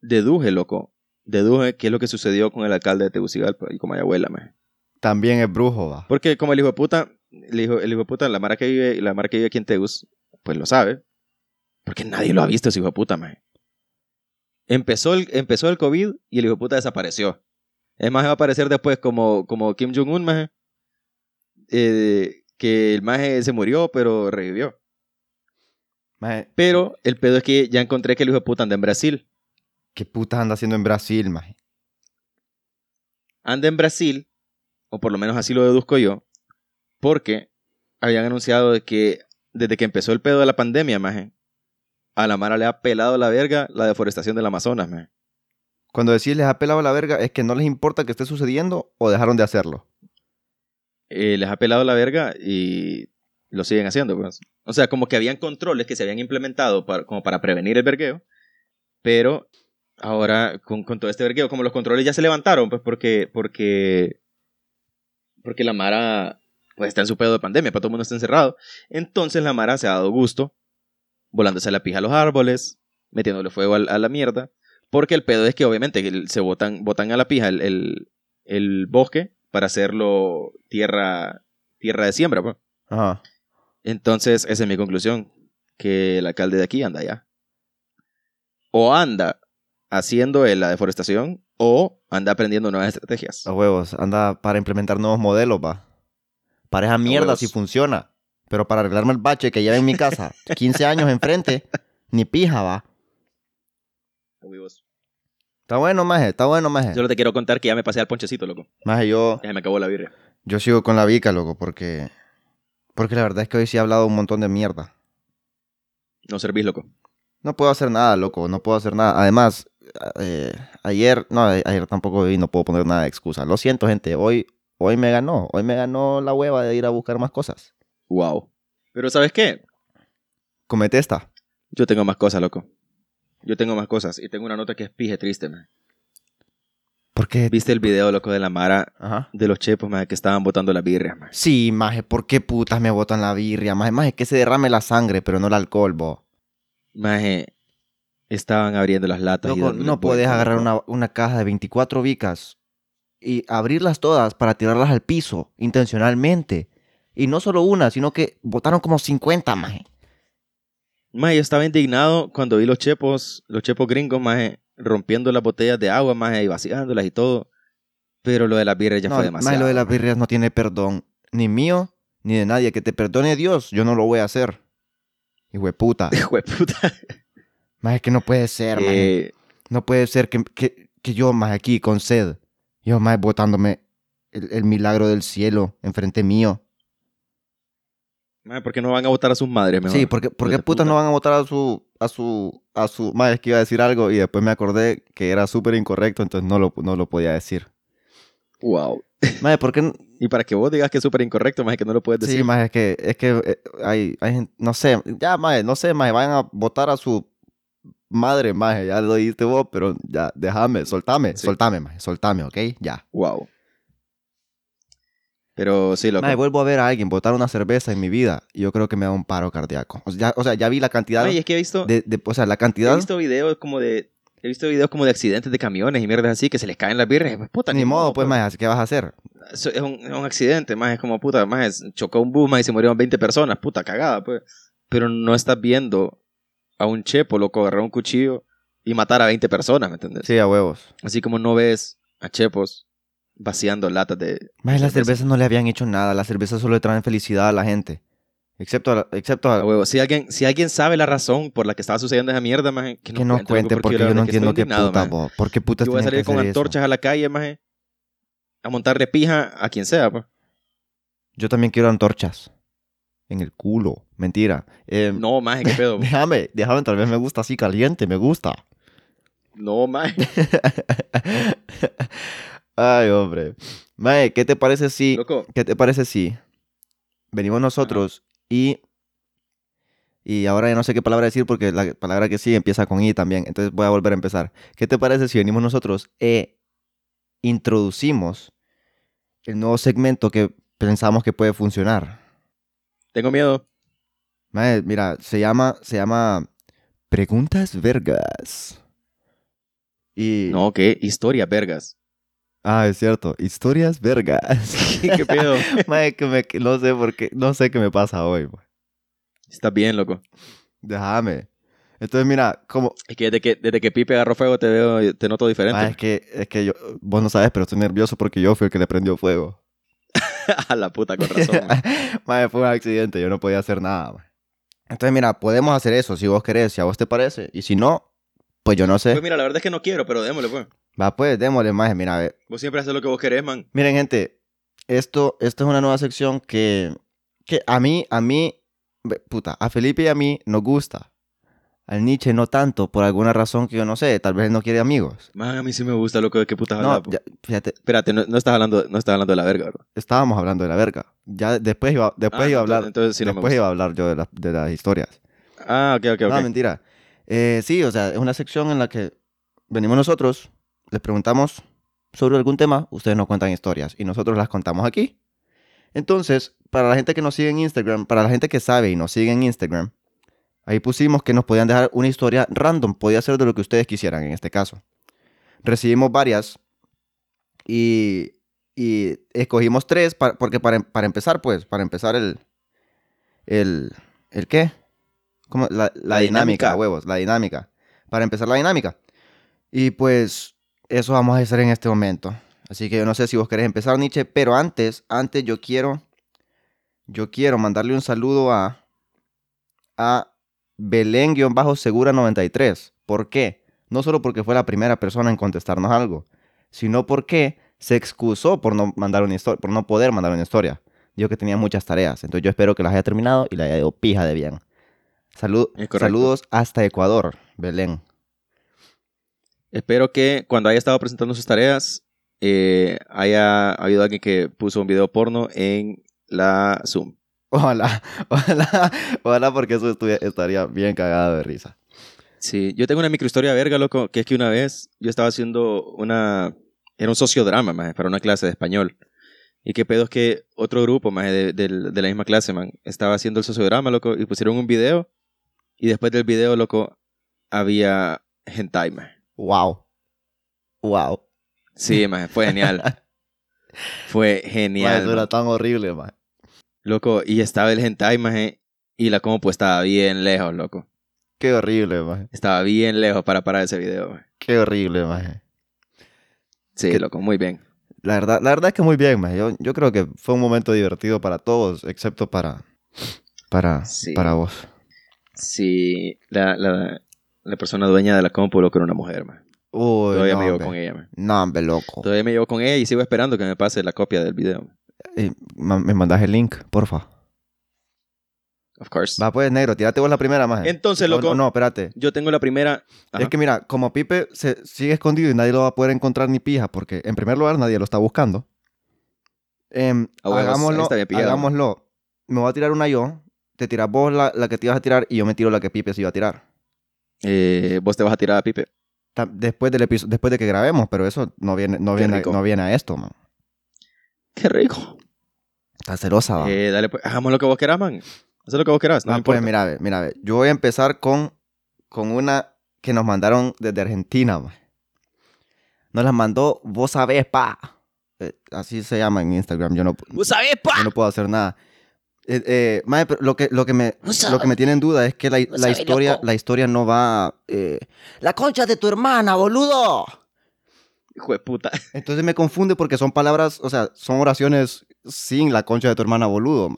C: deduje, loco. Deduje qué es lo que sucedió con el alcalde de Tegucigalpa y con mi abuela, maje.
A: También es brujo, va.
C: Porque como el hijo de puta, el hijo, el hijo de puta, la mara que vive, la mara que vive aquí en Tegus, pues lo sabe. Porque nadie lo ha visto ese hijo de puta, maje. Empezó el, empezó el COVID y el hijo de puta desapareció. Es más, va a aparecer después como, como Kim Jong-un, maje. Eh, que el maje se murió, pero revivió.
A: Maje,
C: Pero el pedo es que ya encontré que el hijo de puta anda en Brasil.
A: ¿qué putas anda haciendo en Brasil, maje?
C: anda en Brasil, o por lo menos así lo deduzco yo, porque habían anunciado de que desde que empezó el pedo de la pandemia, maje, a la Mara le ha pelado la verga la deforestación del Amazonas, maje.
A: Cuando decís les ha pelado la verga, es que no les importa que esté sucediendo o dejaron de hacerlo.
C: Eh, les ha pelado la verga y lo siguen haciendo, pues. O sea, como que habían controles que se habían implementado para- como para prevenir el vergueo, pero ahora con, con todo este vergueo, como los controles ya se levantaron, pues porque, porque, porque la Mara pues está en su pedo de pandemia, para todo el mundo está encerrado. Entonces la Mara se ha dado gusto, volándose la pija a los árboles, metiéndole fuego al- a, la mierda, porque el pedo es que obviamente el- se botan, botan a la pija el, el- el bosque para hacerlo tierra, tierra de siembra. pues.
A: Ajá.
C: Entonces, esa es mi conclusión, que el alcalde de aquí anda ya. O anda haciendo él la deforestación o anda aprendiendo nuevas estrategias.
A: A huevos, anda para implementar nuevos modelos, va. Para esa mierda
C: huevos.
A: si funciona. Pero para arreglarme el bache que lleva en mi casa 15 años enfrente, ni pija, va.
C: Amigos,
A: Está bueno, maje, está bueno, maje.
C: Solo te quiero contar que ya me pasé al ponchecito, loco.
A: Maje, yo,
C: Ya me acabó la birria.
A: yo sigo con la vica, loco, porque... Porque la verdad es que hoy sí he hablado un montón de mierda.
C: No servís, loco.
A: No puedo hacer nada, loco, no puedo hacer nada. Además, eh, ayer, no, a- ayer tampoco vi, no puedo poner nada de excusa. Lo siento, gente, hoy, hoy me ganó. Hoy me ganó la hueva de ir a buscar más cosas.
C: Wow. Pero ¿sabes qué?
A: Comete esta.
C: Yo tengo más cosas, loco. Yo tengo más cosas. Y tengo una nota que es pije triste, man.
A: Porque...
C: ¿Viste el video, loco, de la Mara
A: Ajá.
C: de los chepos, man, que estaban botando las birrias, man?
A: Sí, maje, ¿por qué putas me botan la birria? Maje, maje, que se derrame la sangre, pero no el alcohol, bo.
C: Maje, estaban abriendo las latas. y
A: Loco,
C: dándole
A: no puedes
C: vuelta,
A: agarrar una,
C: loco.
A: una caja de 24 vicas y abrirlas todas para tirarlas al piso, intencionalmente. Y no solo una, sino que botaron como 50, maje.
C: Maje, yo estaba indignado cuando vi los chepos, los chepos gringos, maje, rompiendo las botellas de agua, maje, y vaciándolas y todo. Pero lo de las birras ya
A: no,
C: fue
A: maje,
C: demasiado.
A: lo de las
C: maje.
A: birrias no tiene perdón, ni mío, ni de nadie. Que te perdone Dios, yo no lo voy a hacer. Hijo de puta.
C: Hijo de puta.
A: maje, que no puede ser, maje.
C: Eh,
A: No puede ser que, que- que yo más aquí con sed, yo más botándome el, el milagro del cielo enfrente mío.
C: maje, ¿por qué no van a votar a sus madres, mejor?
A: Sí, porque, porque
C: Hijos de
A: putas no van a votar a su, a su, a su, madre es que iba a decir algo y después me acordé que era súper incorrecto, entonces no lo, no lo podía decir.
C: Wow.
A: Madre, ¿por qué? n-
C: Y para que vos digas que es súper incorrecto, maje, que no lo puedes decir.
A: Sí, madre, es que, es que eh, hay, hay gente, no sé, ya, madre, no sé, madre, vayan a votar a su madre, madre, ya lo dijiste vos, pero ya, déjame, soltame,
C: Sí.
A: soltame, madre, soltame, ¿ok? Ya.
C: Wow. Pero sí, loco.
A: Madre, vuelvo a ver a alguien botar una cerveza en mi vida y yo creo que me da un paro cardíaco. O sea, ya, o sea, ya vi la cantidad
C: Maje, es que he visto,
A: de, de- o sea, la cantidad
C: he visto videos como de... He visto videos como de accidentes de camiones y mierdas así que se les caen las birras. Pues, puta,
A: ni modo, pues,
C: pero-
A: maje, ¿qué vas a hacer?
C: Eso es un, es un accidente, más es como puta, más es- chocó un bus, más y se murieron 20 personas, puta cagada, pues. Pero no estás viendo a un chepo, loco, agarrar un cuchillo y matar a 20 personas, ¿me entiendes?
A: Sí, a huevos.
C: Así como no ves a chepos vaciando latas de...
A: Maje, las
C: Cerveza.
A: cervezas no le habían hecho nada, las cervezas solo le traen felicidad a la gente. Excepto, a la- excepto a-
C: A huevo. Si alguien, si alguien sabe la razón por la que estaba sucediendo esa mierda, maje, que,
A: que nos cuente,
C: loco,
A: porque
C: la
A: yo no
C: verdad que estoy
A: entiendo qué
C: indignado,
A: puta,
C: maje.
A: vos. ¿Por qué putas
C: Yo voy a
A: tienen que
C: salir con
A: hacer eso?
C: antorchas a la calle, maje, a montarle pija a quien sea, pues.
A: Yo también quiero antorchas. En el culo. Mentira. Em,
C: No, maje, qué pedo.
A: Déjame, déjame, tal vez me gusta así caliente, me gusta.
C: no, maje.
A: Ay, hombre. Mae, ¿qué te parece si...
C: Loco,
A: ¿Qué te parece si venimos nosotros y... Y ahora ya no sé qué palabra decir porque la palabra que sí empieza con I también. Entonces voy a volver a empezar. ¿Qué te parece si venimos nosotros e introducimos el nuevo segmento que pensamos que puede funcionar?
C: tengo miedo.
A: Mae, mira, se llama, se llama Preguntas Vergas. Y...
C: No, qué historia, vergas.
A: Ah, es cierto. Historias Vergas.
C: qué pedo.
A: Mae, que me- que no sé por qué, no sé qué me pasa hoy. mae.
C: Está bien, loco.
A: Déjame. Entonces, mira, como...
C: Es que desde que, desde que Pipe agarró fuego te veo, te noto diferente.
A: Ah, es que, es que yo, vos no sabes, pero estoy nervioso porque yo fui el que le prendió fuego.
C: a la puta, con razón. man.
A: Mae, fue un accidente, yo no podía hacer nada. mae. Entonces, mira, podemos hacer eso si vos querés, si a vos te parece. Y si no, pues yo no sé.
C: Pues mira, la verdad es que no quiero, pero démosle, pues.
A: Va, pues, démosle, mae, mira, a ver.
C: Vos siempre haces lo que vos querés, man.
A: Miren, gente, esto, esto es una nueva sección que, que a mí, a mí, ve- puta, a Felipe y a mí nos gusta. Al Nietzsche no tanto, por alguna razón que yo no sé, tal vez no quiere amigos.
C: Man, a mí sí me gusta, loco, de qué putas
A: No,
C: hablas, po.
A: ya- fíjate,
C: Espérate, no, no estás hablando, no estás hablando de la verga, ¿verdad?
A: estábamos hablando de la verga. Ya después iba, después
C: Ah,
A: iba a hablar,
C: entonces- Entonces sí no me
A: después
C: gusta.
A: iba a hablar yo de, las- de las historias.
C: Ah, ok, ok, ok.
A: No, mentira. Eh, sí, o sea, es una sección en la que venimos nosotros, les preguntamos sobre algún tema, ustedes nos cuentan historias y nosotros las contamos aquí. Entonces, para la gente que nos sigue en Instagram, para la gente que sabe y nos sigue en Instagram, ahí pusimos que nos podían dejar una historia random, podía ser de lo que ustedes quisieran en este caso. Recibimos varias y, y escogimos tres, pa- porque para, em- para empezar, pues, para empezar el... ¿El, el qué? ¿Cómo? La, la
C: La
A: dinámica,
C: dinámica.
A: huevos, la dinámica. Para empezar la dinámica. Y pues eso vamos a hacer en este momento. Así que yo no sé si vos querés empezar, Nietzsche, pero antes, antes yo quiero, yo quiero mandarle un saludo a, a Belén-Segura93. ¿Por qué? No solo porque fue la primera persona en contestarnos algo, sino porque se excusó por no, mandar una historia, por no poder mandar una historia. Dijo que tenía muchas tareas, entonces yo espero que las haya terminado y la haya ido pija de bien. Salud,
C: Es correcto.
A: saludos hasta Ecuador, Belén.
C: Espero que cuando haya estado presentando sus tareas, eh, haya habido alguien que puso un video porno en la Zoom.
A: Ojalá, ojalá, ojalá porque eso estuvi- estaría bien cagado de risa.
C: Sí, yo tengo una microhistoria verga, loco, que es que una vez yo estaba haciendo una... Era un sociodrama, maje, para una clase de español. Y qué pedo es que otro grupo, maje, de, del- de la misma clase, man, estaba haciendo el sociodrama, loco, y pusieron un video. Y después del video, loco, había hentai, maje.
A: Wow. Wow.
C: Sí, maje, fue genial. fue
A: Mae,
C: genial.
A: eso era
C: man.
A: tan horrible, man.
C: Loco, y estaba el hentai, maje, y la compu estaba bien lejos, loco.
A: Qué horrible, man.
C: Estaba bien lejos para parar ese video, maje.
A: Qué horrible, man.
C: Sí,
A: ¿Qué-
C: loco, muy bien.
A: La verdad, la verdad es que muy bien, man. Yo, yo creo que fue un momento divertido para todos, excepto para, para,
C: Sí.
A: para vos.
C: Sí, la, la, la persona dueña de la compu loco era una mujer, man.
A: Uy,
C: Todavía
A: no,
C: me llevo
A: hombre.
C: con ella, man.
A: No, hombre, loco.
C: Todavía me llevo con ella y sigo esperando que me pase la copia del video. man.
A: Eh, ma- me mandas el link, porfa.
C: Of course.
A: Va, pues, negro, tírate vos la primera, man.
C: Entonces,
A: No,
C: loco,
A: No, no, espérate.
C: yo tengo la primera. Ajá.
A: Es que mira, como Pipe se sigue escondido y nadie lo va a poder encontrar ni pija, porque en primer lugar nadie lo está buscando. Em,
C: Ah, huevos, ahí
A: hagámoslo,
C: está bien pillado.
A: hagámoslo. Me voy a tirar una yo, te tiras vos la, la que te ibas a tirar y yo me tiro la que Pipe se iba a tirar.
C: Eh, vos te vas a tirar a Pipe.
A: Ta- Después del episodio, después de que grabemos, pero eso no viene, no
C: Qué
A: viene,
C: rico.
A: no viene a esto, man.
C: Qué rico.
A: Está celosa, va.
C: Eh, dale, pues, hagamos lo que vos querás, man. Haz lo que vos querás, no
A: Va,
C: me
A: Ah. pues
C: importa.
A: mira, ve, mira, ve. yo voy a empezar con, con una que nos mandaron desde Argentina. ma. Nos la mandó Vos Sabés Pa. Eh, así se llama en Instagram. Yo no,
D: ¿Vos sabés, pa?
A: yo no puedo hacer nada. Eh, eh, mae, pero lo que, lo, que me,
D: ¿Vos sabés?
A: lo que me tiene en duda es que la, la
D: sabés,
A: historia,
D: loco?
A: la historia no va... eh,
D: La concha de tu hermana, boludo.
C: Hijo de puta.
A: entonces me confunde porque son palabras, o sea, son oraciones sin la concha de tu hermana boludo. ma.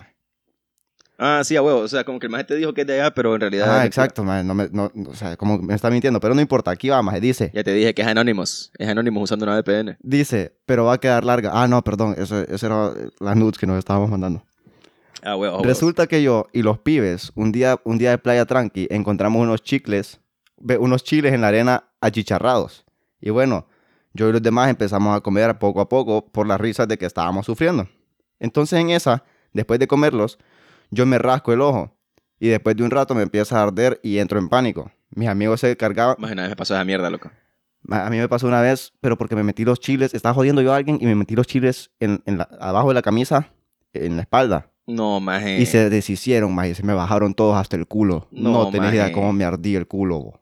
C: Ah, sí, a huevo. O sea, como que el maje te dijo que es de allá, pero en realidad.
A: Ah, exacto, maje, no me, no, no, o sea, como me está mintiendo, pero no importa, aquí va, maje, dice,
C: Ya te dije que es Anonymous. Es Anonymous usando una VPN.
A: dice, pero va a quedar larga. Ah, no, perdón, eso, eso era eh, las nudes que nos estábamos mandando.
C: Ah, huevo. a huevo.
A: Resulta que yo y los pibes, un día, un día de playa tranqui, encontramos unos chicles, ve, unos chiles en la arena achicharrados. Y bueno, yo y los demás empezamos a comer poco a poco por las risas de que estábamos sufriendo. Entonces en esa, después de comerlos, yo me rasco el ojo y después de un rato me empieza a arder y entro en pánico. Mis amigos se cargaban.
C: Más de una vez me pasó esa mierda, loco.
A: A mí me pasó una vez, pero porque me metí los chiles, estaba jodiendo yo a alguien y me metí los chiles en, en la- abajo de la camisa, en la espalda.
C: No, maje.
A: Y se deshicieron, maje. Se me bajaron todos hasta el culo. No,
C: No,
A: tenés idea
C: maje.
A: cómo me ardí el culo, bo.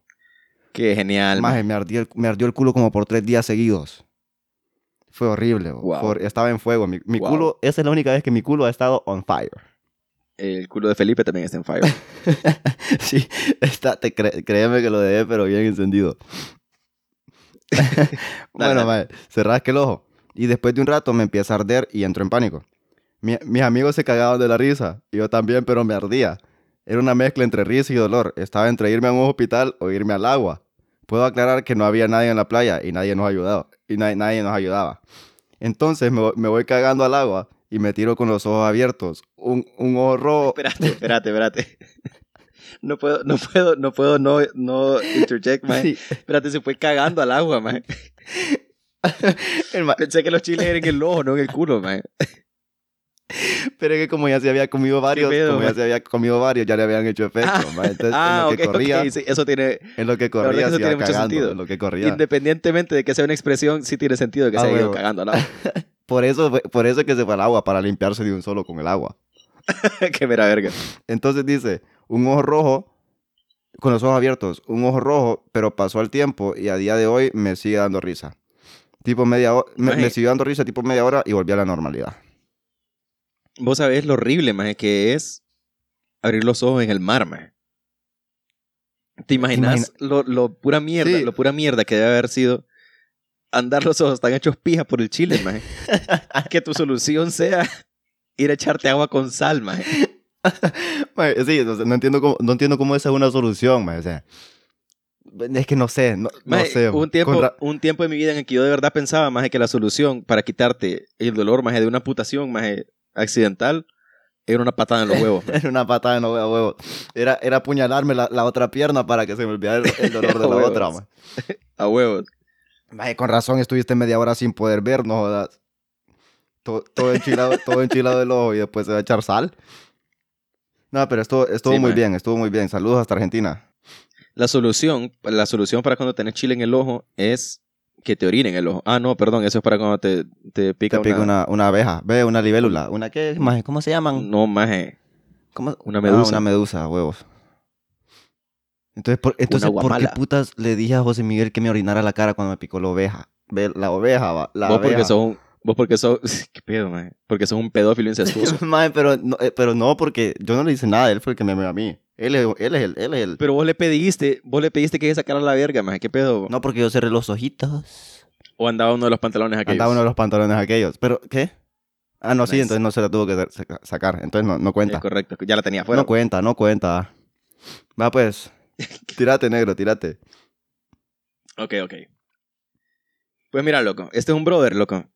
C: Qué genial.
A: Maje,
C: Maje.
A: me ardió, el, me ardió el culo como por tres días seguidos. Fue horrible, bo.
C: Wow.
A: Fue hor- estaba en fuego. Mi, mi
C: Wow.
A: culo, esa es la única vez que mi culo ha estado on fire.
C: El culo de Felipe también está en fire.
A: sí, está, te cre- créeme que lo dejé, pero bien encendido. bueno,
C: dale.
A: maje, se rasca el ojo. Y después de un rato me empieza a arder y entro en pánico. Mi- mis amigos se cagaban de la risa, y yo también, pero me ardía. Era una mezcla entre risa y dolor. Estaba entre irme a un hospital o irme al agua. Puedo aclarar que no había nadie en la playa y nadie nos ayudaba. Y na- nadie nos ayudaba. Entonces me, vo- me voy cagando al agua y me tiro con los ojos abiertos. Un, un ojo rojo.
C: espérate, espérate, espérate. No puedo, no puedo, no puedo no, no interject, maje.
A: Sí,
C: Espérate, se fue cagando al agua, maje.
A: el ma-
C: Pensé que los chiles eran en el ojo, no en el culo, maje.
A: Pero es que como ya se había comido varios,
C: pedo,
A: como ya
C: man?
A: se había comido varios, ya le habían hecho efecto. man. Entonces,
C: Ah,
A: en lo
C: ok,
A: que corría,
C: ok. sí, eso tiene,
A: en lo que
C: verdad
A: corría
C: que eso
A: se iba
C: tiene mucho
A: cagando,
C: sentido.
A: en lo que corría.
C: independientemente de que sea una expresión, sí tiene sentido que
A: Ah,
C: se haya ido
A: huevo.
C: cagando al agua.
A: Por eso, fue- por eso es que se fue al agua, para limpiarse de un solo con el agua.
C: Qué mera verga.
A: Entonces dice, un ojo rojo, con los ojos abiertos, un ojo rojo, pero pasó el tiempo y a día de hoy me sigue dando risa. Tipo media hora, me,
C: Maje.
A: me siguió dando risa tipo media hora y volví a la normalidad.
C: Vos sabés lo horrible, maje, que es abrir los ojos en el mar, maje. ¿Te imaginas lo, lo pura mierda,
A: Sí.
C: lo pura mierda que debe haber sido andar los ojos tan hechos pija por el chile, maje? que tu solución sea ir a echarte agua con sal, maje.
A: Mae, sí, o sea, no entiendo cómo, no entiendo cómo esa es una solución, mae, o sea, es que no sé, no, no
C: Maje,
A: sé.
C: hubo un
A: con
C: tiempo,
A: ra-
C: un tiempo de mi vida en el que yo de verdad pensaba, maje, que la solución para quitarte el dolor, maje, de una putación, maje, accidental, era una patada en los huevos, maje.
A: Era una patada en los hue- huevos. Era, era apuñalarme la, la otra pierna para que se me olvidara el, el dolor de la
C: Huevos.
A: otra. mae.
C: a huevos.
A: Mae, con razón estuviste media hora sin poder ver, no jodas. To- Todo, enchilado, todo enchilado del ojo y después se va a echar sal. No, pero estuvo, estuvo
C: Sí,
A: muy
C: mae.
A: bien, estuvo muy bien. Saludos hasta Argentina.
C: La solución, la solución para cuando tenés chile en el ojo es que te orinen el ojo. Ah, no, perdón, eso es para cuando te, te
A: Te
C: pica
A: pica
C: una...
A: una, una abeja, ve, una libélula, una qué, mae, ¿cómo se llaman?
C: No, maje.
A: ¿Cómo?
C: Una
A: Ah,
C: medusa.
A: una medusa, huevos. Entonces, por, entonces ¿por qué
C: guamala.
A: putas le dije a José Miguel que me orinara la cara cuando me picó la oveja? Ve, la oveja, va. La
C: vos
A: oveja.
C: porque sos un... Vos porque sos... ¿Qué pedo, maje? Porque sos un pedófilo incestuoso.
A: Mae, pero, no, eh, pero no, porque yo no le hice nada, él fue el que me meó a mí. Él es, él es el, él es el.
C: Pero vos le pediste, vos le pediste que sacara la verga, maje. ¿Qué pedo?
A: No, porque yo cerré los ojitos.
C: O andaba uno de los pantalones aquellos.
A: Andaba uno de los pantalones aquellos. ¿Pero qué? Ah, no, sí,
C: Nice.
A: entonces no se la tuvo que sa- sacar. Entonces no, no cuenta.
C: Eh, correcto, ya la tenía afuera.
A: No cuenta, no cuenta. Va pues. Tírate, negro, tírate.
C: Ok, ok. Pues mira, loco, este es un brother, loco.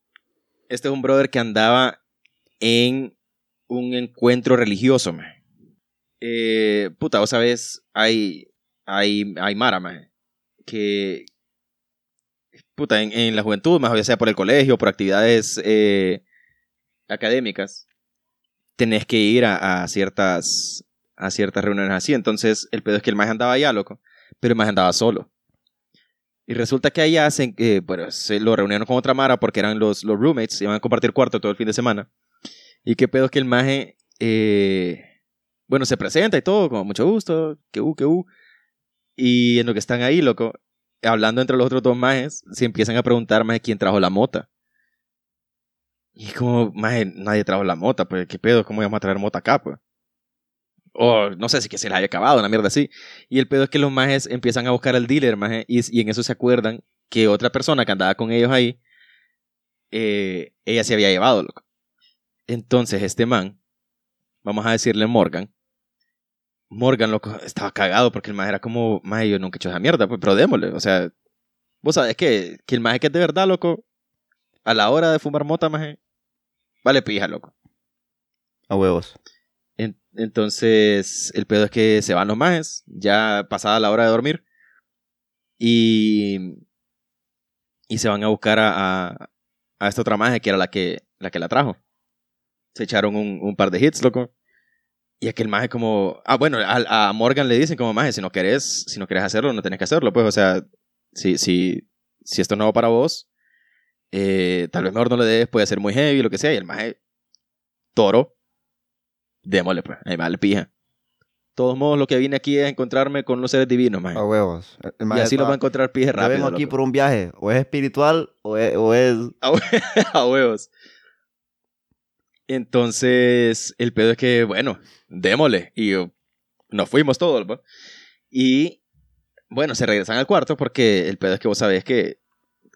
C: Este es un brother que andaba en un encuentro religioso, maje. Eh, puta, vos sabés, hay, hay, hay Mara, maje, que... Puta, en, en la juventud, más ya sea por el colegio, por actividades eh, académicas, tenés que ir a, a ciertas, a ciertas reuniones así. Entonces, el pedo es que el más andaba allá, loco, pero el más andaba solo. Y resulta que allá se, eh, bueno, se lo reunieron con otra Mara porque eran los, los roommates, iban a compartir cuarto todo el fin de semana. Y qué pedo es que el maje, eh, bueno, se presenta y todo, con mucho gusto, que u, que u. Y en lo que están ahí, loco, hablando entre los otros dos majes, se empiezan a preguntar, maje, quién trajo la mota. Y es como, maje, nadie trajo la mota, pues, qué pedo, cómo íbamos a traer mota acá, pues. O no sé si que se les haya acabado, una mierda así. Y el pedo es que los majes empiezan a buscar al dealer, maje, y, y en eso se acuerdan que otra persona que andaba con ellos ahí, eh, ella se había llevado, loco. Entonces este man vamos a decirle Morgan. Morgan loco, estaba cagado porque el maje era como, maje, yo nunca he hecho esa mierda, pues, pero démosle. O sea, vos sabés que, que el maje que es de verdad, loco, a la hora de fumar mota, maje, vale pija, loco.
A: A huevos.
C: En- entonces, el pedo es que se van los majes, ya pasada la hora de dormir, y, y se van a buscar a, a, a esta otra maje que era la que la, que la trajo. Se echaron un, un par de hits, loco. Y aquel maje como... Ah, bueno, a, a Morgan le dicen como maje, si no querés, si no querés hacerlo, no tenés que hacerlo. Pues, o sea, si, si, si esto no va para vos, eh, tal vez mejor no le des, puede ser muy heavy, lo que sea. Y el maje, toro, démosle, pues. Ahí vale, pija. De todos modos, lo que vine aquí es a encontrarme con los seres divinos, maje.
A: A huevos. El
C: y
A: maje
C: así lo va a
A: estaba-
C: encontrar pija
A: Yo
C: rápido.
A: vengo aquí
C: loco.
A: por un viaje. O es espiritual o es... O es...
C: A hue- a huevos. Entonces, el pedo es que, bueno, démosle. Y yo, nos fuimos todos, ¿va? Y, bueno, se regresan al cuarto porque el pedo es que vos sabés que,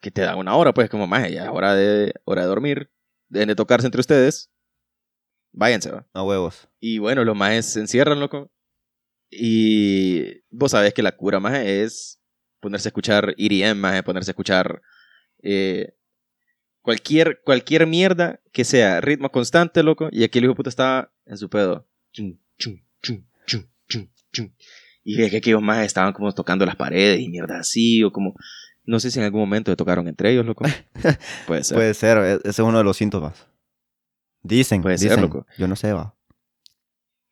C: que te dan una hora, pues, como más, ya es hora de, hora de dormir. Deben de tocarse entre ustedes. Váyanse, ¿va?
A: A huevos.
C: Y bueno, los majes se encierran, loco. Y vos sabés que la cura, maje, es ponerse a escuchar EDM, maje, ponerse a escuchar eh, cualquier, cualquier mierda que sea ritmo constante, loco. Y aquí el hijo de puta estaba en su pedo. Chum, chum, chum, chum, chum, chum. Y veía que aquellos majes estaban como tocando las paredes y mierda así, o como... No sé si en algún momento se tocaron entre ellos, loco. Puede ser.
A: Puede ser. e- Ese es uno de los síntomas. Dicen,
C: Puede ser,
A: dicen.
C: loco.
A: Yo no sé, va.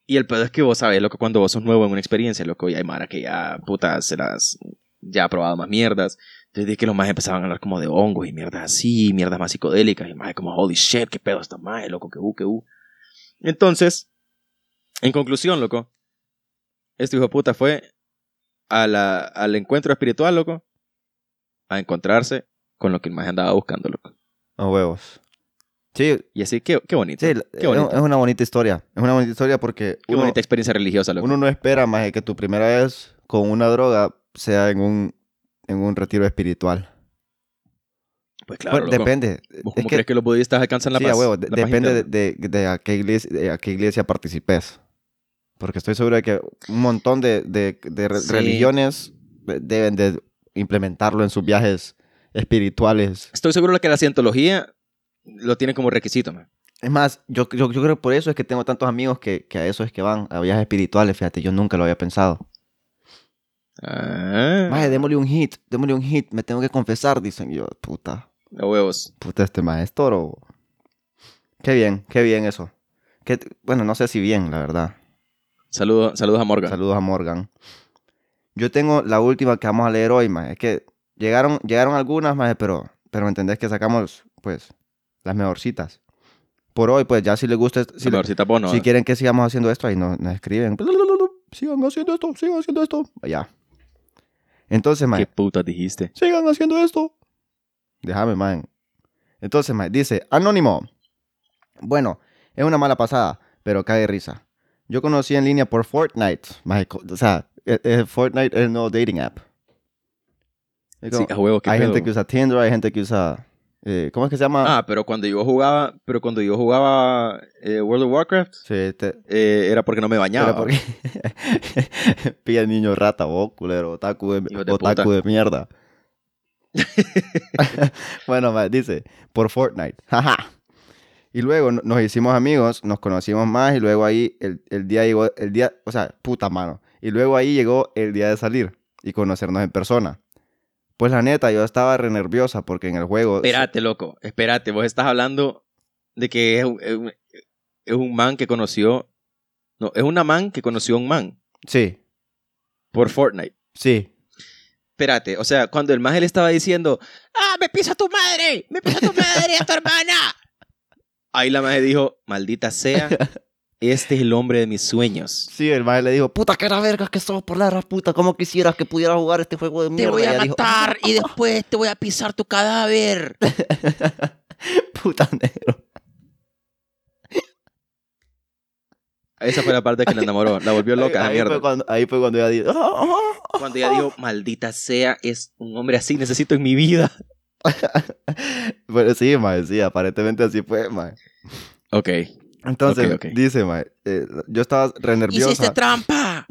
C: Y el pedo es que vos sabés, loco, cuando vos sos nuevo en una experiencia, loco, y hay Mara que ya, puta, se las. ya ha probado más mierdas. Desde que los más empezaban a hablar como de hongos y mierdas así, mierdas más psicodélicas, y más como, holy shit, qué pedo está más, loco, que u, que u. Entonces, en conclusión, loco, este hijo de puta fue a la- al encuentro espiritual, loco, a encontrarse con lo que el más andaba buscando, loco.
A: A huevos. Sí,
C: Y así, qué, qué bonito.
A: sí.
C: Qué
A: Es
C: bonito.
A: es una bonita historia. Es una bonita historia porque...
C: Qué
A: uno-
C: bonita experiencia religiosa, loco.
A: Uno no espera más que tu primera vez con una droga sea en un, en un retiro espiritual.
C: pues claro,
A: Bueno,
C: loco.
A: depende.
C: ¿Vos
A: Es
C: cómo crees que los budistas alcanzan la
A: sí,
C: paz?
A: a huevo, de-
C: La paz
A: depende de,
C: interna?
A: de- de a qué iglesia, de a qué iglesia participes. Porque estoy seguro de que un montón de, de- de re-
C: Sí.
A: religiones de- deben de implementarlo en sus viajes espirituales.
C: Estoy seguro de que la cientología lo tiene como requisito, man.
A: Es más, yo, yo, yo creo que por eso es que tengo tantos amigos que, que a eso es que van, a viajes espirituales, fíjate, yo nunca lo había pensado.
C: Ah,
A: Maje, démosle un hit, démosle un hit, me tengo que confesar, dicen. Y yo, puta.
C: a huevos.
A: Puta, este maestro. bo. Qué bien, qué bien eso. Qué t- bueno, no sé si bien, la verdad.
C: Saludo- saludos a Morgan.
A: Saludos a Morgan. Yo tengo la última que vamos a leer hoy, más. Es que llegaron, llegaron algunas, más, pero, pero me entendés que sacamos, pues, las mejorcitas. Por hoy, pues, ya si les gusta, est- si,
C: Si
A: le-
C: Bono.
A: si quieren que sigamos haciendo esto, ahí no- nos, escriben. Sigan haciendo esto, sigan haciendo esto. Ya. Entonces, más.
C: ¿Qué puta dijiste?
A: Sigan haciendo esto. Déjame, man. Entonces, man, dice, anónimo. Bueno, es una mala pasada, pero cae de risa. Yo conocí en línea por Fortnite. Mae, co- o sea, eh, eh, Fortnite es el nuevo dating app. Es
C: Sí, ah,
A: como-
C: a huevo, qué
A: hay
C: pedo.
A: gente que usa Tinder, hay gente que usa... eh, ¿Cómo es que se llama?
C: Ah, pero cuando yo jugaba, pero cuando yo jugaba eh, World of Warcraft,
A: Sí, te-
C: eh, era porque no me bañaba.
A: era porque... Pilla niño rata, vos, culero, otaku de,
C: Hijo de
A: otaku
C: puta.
A: de mierda. bueno, mae, dice, por Fortnite. Jaja. Y luego no- nos hicimos amigos, nos conocimos más y luego ahí el, el día llegó, el día, o sea, puta mano. Y luego ahí llegó el día de salir y conocernos en persona. Pues la neta, yo estaba re nerviosa porque en el juego...
C: Espérate, loco. Espérate. Vos estás hablando de que es un, es un- es un man que conoció... No, es una man que conoció a un man
A: Sí,
C: por Fortnite.
A: sí.
C: Espérate, o sea, cuando el maje le estaba diciendo, ¡Ah, me pisa tu madre! ¡Me pisa tu madre y a tu hermana! Ahí la maje dijo, maldita sea, este es el hombre de mis sueños.
A: Sí, el maestro le dijo,
D: Puta que era vergas que somos por la raputa. ¿Cómo quisieras que pudiera jugar este juego de
E: Te
D: mierda?
E: voy a
D: Ella dijo, "Ah,
E: matar y después te voy a pisar tu cadáver.
A: puta negro.
C: Esa fue la parte que la enamoró, la volvió loca, la
A: ahí, fue
C: mierda.
A: cuando, ahí fue cuando ella dijo, "Ah, ah, ah".
C: Cuando ella dijo, maldita sea, es un hombre así, necesito en mi vida.
A: Bueno, sí, mae, sí, aparentemente así fue, mae.
C: Ok,
A: Entonces,
C: Ok, ok.
A: dice, mae, eh, yo estaba re nerviosa.
E: Hiciste trampa.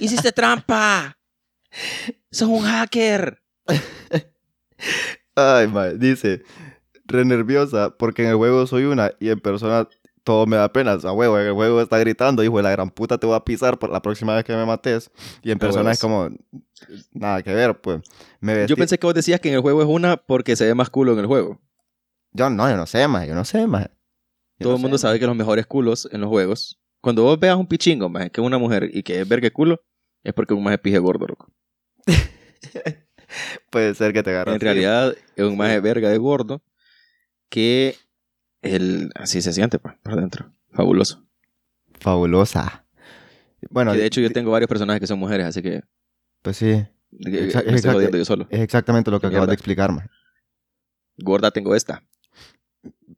E: Hiciste trampa. Sos un hacker.
A: Ay, mae, dice, re nerviosa porque en el juego soy una y en persona todo me da pena. O sea, huevo, en el juego está gritando, hijo de la gran puta, te voy a pisar por la próxima vez que me mates. Y en persona es como, nada que ver, pues. Me vestí-
C: Yo pensé que vos decías que en el juego es una porque se ve más culo en el juego.
A: Yo no, yo no sé, mae, yo no sé, mae. Yo
C: Todo
A: no
C: el
A: sé,
C: mundo
A: mae.
C: sabe que los mejores culos en los juegos. Cuando vos veas un pichingo, maje, que es una mujer y que es verga culo, es porque un maje pije gordo, loco.
A: Puede ser que te agarren.
C: En realidad, es un maje verga de gordo que el, así se siente, pa, por dentro. Fabuloso.
A: Fabulosa. Bueno,
C: Que de hecho, yo
A: di-
C: tengo varios personajes que son mujeres, así que
A: Pues sí,
C: que-
A: Exacto,
C: me estoy
A: exacto.
C: jodiendo yo solo.
A: es exactamente lo que
C: Qué
A: acabas de
C: mierda.
A: explicar, mae.
C: Gorda tengo esta.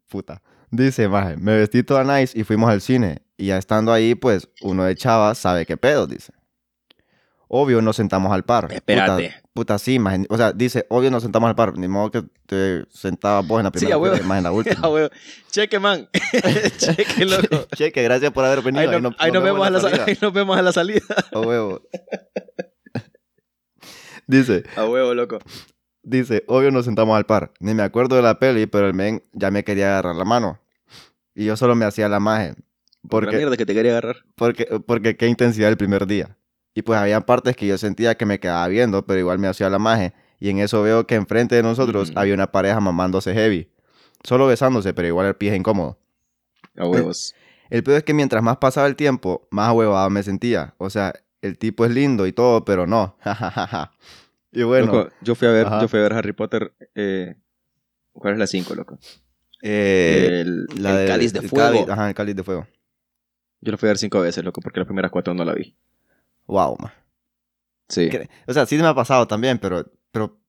A: puta. Dice, maje, me vestí toda nice y fuimos al cine. Y ya estando ahí, pues, uno de chavas sabe qué pedo, dice. Obvio nos sentamos al par.
C: Espérate.
A: Puta, puta, sí, maje. O sea, dice, obvio nos sentamos al par. Ni modo que te sentabas vos en la
C: Sí,
A: primera
C: a huevo.
A: fila, más en la
C: Ah,
A: última.
C: huevo. Cheque, man. Cheque, loco.
A: Cheque, gracias por haber venido.
C: Ahí no- ahí nos vemos a la
A: salida.
C: sa- ahí nos vemos a la salida.
A: A huevo. dice,
C: A huevo, loco.
A: Dice, obvio nos sentamos al par. Ni me acuerdo de la peli, pero el men ya me quería agarrar la mano. Y yo solo me hacía la maje.
C: Por la
A: Porque,
C: mierda que te quería agarrar.
A: porque, porque qué intensidad el primer día. Y pues había partes que yo sentía que me quedaba viendo, pero igual me hacía la maje. Y en eso veo que enfrente de nosotros
C: Ujú.
A: había una pareja mamándose heavy. Solo besándose, pero igual el pie es incómodo.
C: A huevos.
A: El peor es que mientras más pasaba el tiempo, más huevado me sentía. O sea, el tipo es lindo y todo, pero no. y bueno,
C: Loco, yo fui a ver,
A: Ajá.
C: yo fui a ver Harry Potter. eh, ¿Cuál es la 5, loco?
A: eh,
C: el,
A: la
C: el
A: de-
C: cáliz de
A: el
C: fuego.
A: cáliz- ah. ajá, el cáliz de fuego.
C: Yo lo fui a ver cinco veces, loco, porque las primeras cuatro no la vi.
A: Wow, ma.
C: Sí.
A: Que- O sea, sí me ha pasado también, pero. Pero,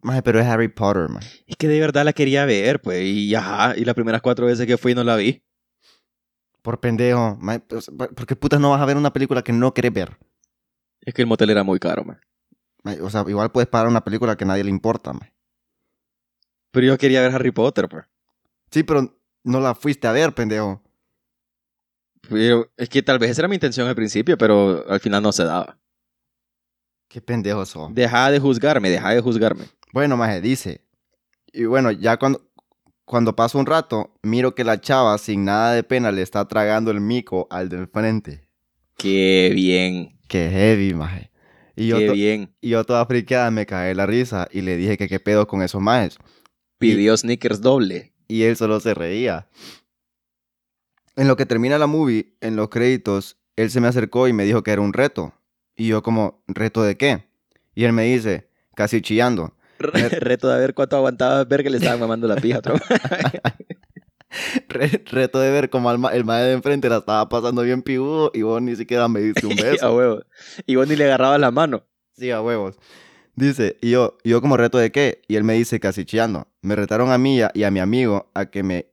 A: maje, pero es Harry Potter, man.
C: Es que de verdad la quería ver, pues, y ajá, y las primeras cuatro veces que fui no la vi.
A: Por pendejo. maje, pues, ¿por, por qué putas no vas a ver una película que no querés ver?
C: Es que el motel era muy caro, man.
A: Maje, O sea, igual puedes pagar una película que a nadie le importa, man.
C: Pero yo quería ver Harry Potter, pues.
A: Sí, pero no la fuiste a ver, pendejo.
C: Pero es que tal vez esa era mi intención al principio, pero al final no se daba.
A: Qué pendejo sos.
C: Deja de juzgarme, deja de juzgarme.
A: Bueno, maje, dice. Y bueno, ya cuando. Cuando pasa un rato, miro que la chava, sin nada de pena, le está tragando el mico al del frente.
C: Qué bien,
A: Qué heavy, maje. Y yo,
C: qué
A: to-
C: bien.
A: y yo toda friqueada me caí de la risa y le dije que qué pedo con esos majes.
C: Pidió sneakers doble.
A: y él solo se reía. En lo que termina la movie, en los créditos, él se me acercó y me dijo que era un reto. Y yo como, ¿reto de qué? Y él me dice, casi chillando,
C: Re- Reto de ver cuánto aguantaba ver que le estaban mamando la pija a otro.
A: "Re- reto de ver cómo al ma- el madre de enfrente la estaba pasando bien pibudo y vos ni siquiera me diste un
C: a
A: beso.
C: huevo. Y vos ni le agarrabas la mano.
A: sí, a huevos. Dice, y yo, y yo como reto de qué? Y él me dice, casi chillando, me retaron a mí y a- y a mi amigo a que me...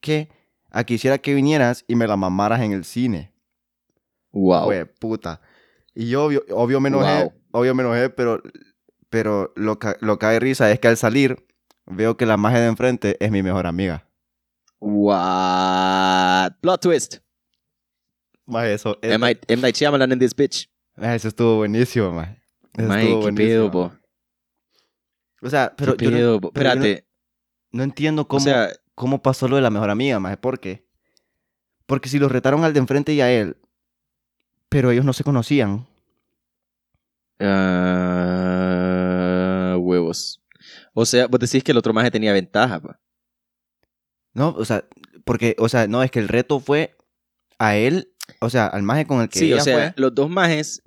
A: ¿Qué? A que hiciera que vinieras y me la mamaras en el cine.
C: Wow.
A: Hue puta. Y yo, obvio, obvio me enojé,
C: Wow.
A: obvio me enojé, pero, pero lo, ca- lo que hay risa es que al salir veo que la magia de enfrente es mi mejor amiga.
C: What? Plot twist.
A: Maje, eso, es-
C: M. Night, M. Night Shyamalan in this bitch.
A: maje, eso estuvo buenísimo, maje. Eso
C: Mike,
A: estuvo
C: qué
A: buenísimo.
C: pedo, po.
A: O sea, pero
C: qué
A: yo no-
C: pedo, po.
A: pero yo no-
C: Espérate.
A: no, entiendo cómo,
C: O sea,
A: cómo pasó lo de la mejor amiga, maje. ¿Por qué? Porque si los retaron al de enfrente y a él, pero ellos no se conocían.
C: ah, huevos. O sea, vos decís que el otro maje tenía ventaja, po.
A: No, o sea, porque, o sea, no, es que el reto fue a él, o sea, al maje con el que
C: Sí, o
A: ella
C: sea,
A: fue.
C: los dos majes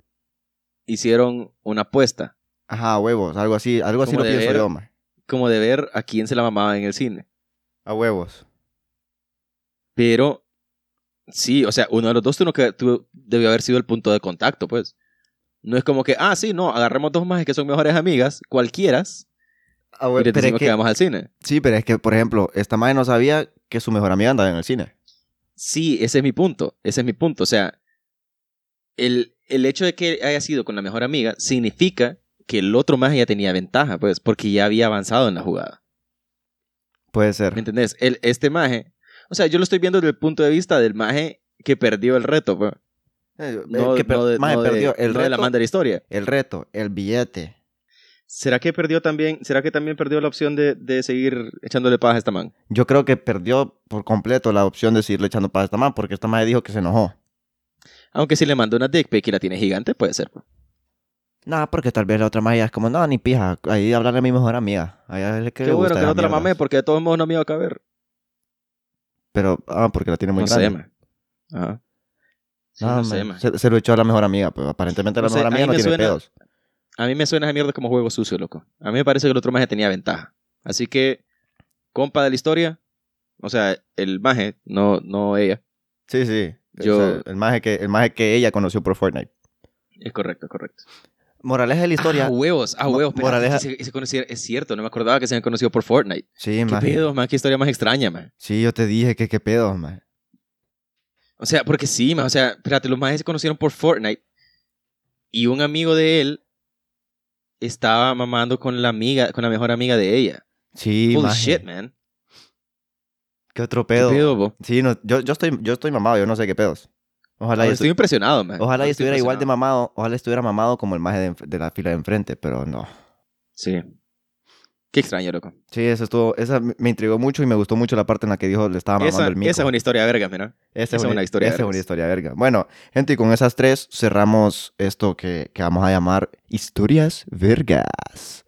C: hicieron una apuesta.
A: Ajá, huevos, algo así, algo así
C: Como
A: lo
C: de
A: pienso
C: ver.
A: yo, maje.
C: Como de ver a quién se la mamaba en el cine.
A: A huevos.
C: Pero, sí, o sea, uno de los dos tuvo que, tuvo- debió haber sido el punto de contacto, pues. No es como que, ah, sí, no, agarremos dos majes que son mejores amigas, cualquieras,
A: A
C: y les
A: pero es
C: decimos que
A: que-
C: vamos al cine.
A: sí, pero es que, por ejemplo, esta madre no sabía que su mejor amiga andaba en el cine.
C: Sí, ese es mi punto. Ese es mi punto. O sea, el, el hecho de que haya sido con la mejor amiga significa que el otro más ya tenía ventaja, pues, porque ya había avanzado en la jugada.
A: Puede
C: ¿Me
A: ser.
C: entendés? El, este maje, O sea, yo lo estoy viendo desde el punto de vista del maje que perdió el reto, pues.
A: Eh,
C: No,
A: que per-
C: no de-
A: maje,
C: no de-
A: perdió el
C: no de la
A: reto,
C: man de la historia.
A: el reto, el billete.
C: ¿Será que perdió también, será que también perdió la opción de, de seguir echándole paja a esta man?
A: Yo creo que perdió por completo la opción de seguirle echando para esta man, porque esta madre dijo que se enojó.
C: Aunque si le mandó una dick pic y la tiene gigante, puede ser. pues.
A: Nada, porque tal vez la otra magia es como, no, ni pija, ahí hablarle a mi mejor amiga. Ahí a él que
C: Qué
A: le
C: bueno
A: gusta
C: que no
A: esas
C: te la
A: mierdas.
C: mamé, porque de todos modos no me iba a caber.
A: Pero, ah, porque la tiene muy
C: no
A: grande.
C: sé, man. Ajá. Sí,
A: Ah,
C: no
A: man,
C: sé, man.
A: se, se lo echó a la mejor amiga, pues aparentemente la
C: No sé,
A: mejor
C: a
A: amiga
C: mí
A: no
C: me
A: tiene
C: suena-
A: pedos.
C: A mí me suena esa mierda como juego sucio, loco. A mí me parece que el otro maje tenía ventaja. Así que, compa de la historia, o sea, el maje, no, no ella.
A: Sí, sí. O
C: Yo-
A: sea, el, maje que, el maje que ella conoció por Fortnite.
C: Es correcto, correcto.
A: Moraleja de la historia.
C: Ah, huevos, ah,
A: Mo-
C: huevos. espérate,
A: moraleja-
C: es que se- se conocieron- es cierto, no me acordaba que se habían conocido por Fortnite.
A: sí,
C: ¿Qué
A: maje.
C: pedo, man? ¿Qué historia más extraña, man?
A: Sí, yo te dije que qué pedo, maje.
C: O sea, porque sí, man. O sea, espérate, los majes se conocieron por Fortnite. Y un amigo de él estaba mamando con la amiga, con la mejor amiga de ella.
A: Sí,
C: Holy
A: maje.
C: shit, man.
A: Qué otro pedo.
C: ¿Qué pedo, bo?
A: Sí, no, yo, yo, estoy, yo estoy mamado, yo no sé qué pedos. Ojalá,
C: Ahora
A: yo
C: Ah, estoy
A: estu-
C: impresionado, man.
A: ojalá
C: Ahora
A: yo
C: estoy
A: estuviera igual de
C: impresionado.
A: mamado, ojalá estuviera mamado como el maje de, enf- de la fila de enfrente, pero no.
C: Sí. Qué extraño, loco.
A: Sí, eso estuvo, esa me me intrigó mucho y me gustó mucho la parte en la que dijo le estaba mamando
C: Esa,
A: el mico.
C: esa es una historia verga, mira.
A: Esa
C: Esa es una historia
A: Esa es
C: vergas.
A: una historia verga. Bueno, gente, y con esas tres cerramos esto que, que vamos a llamar historias vergas.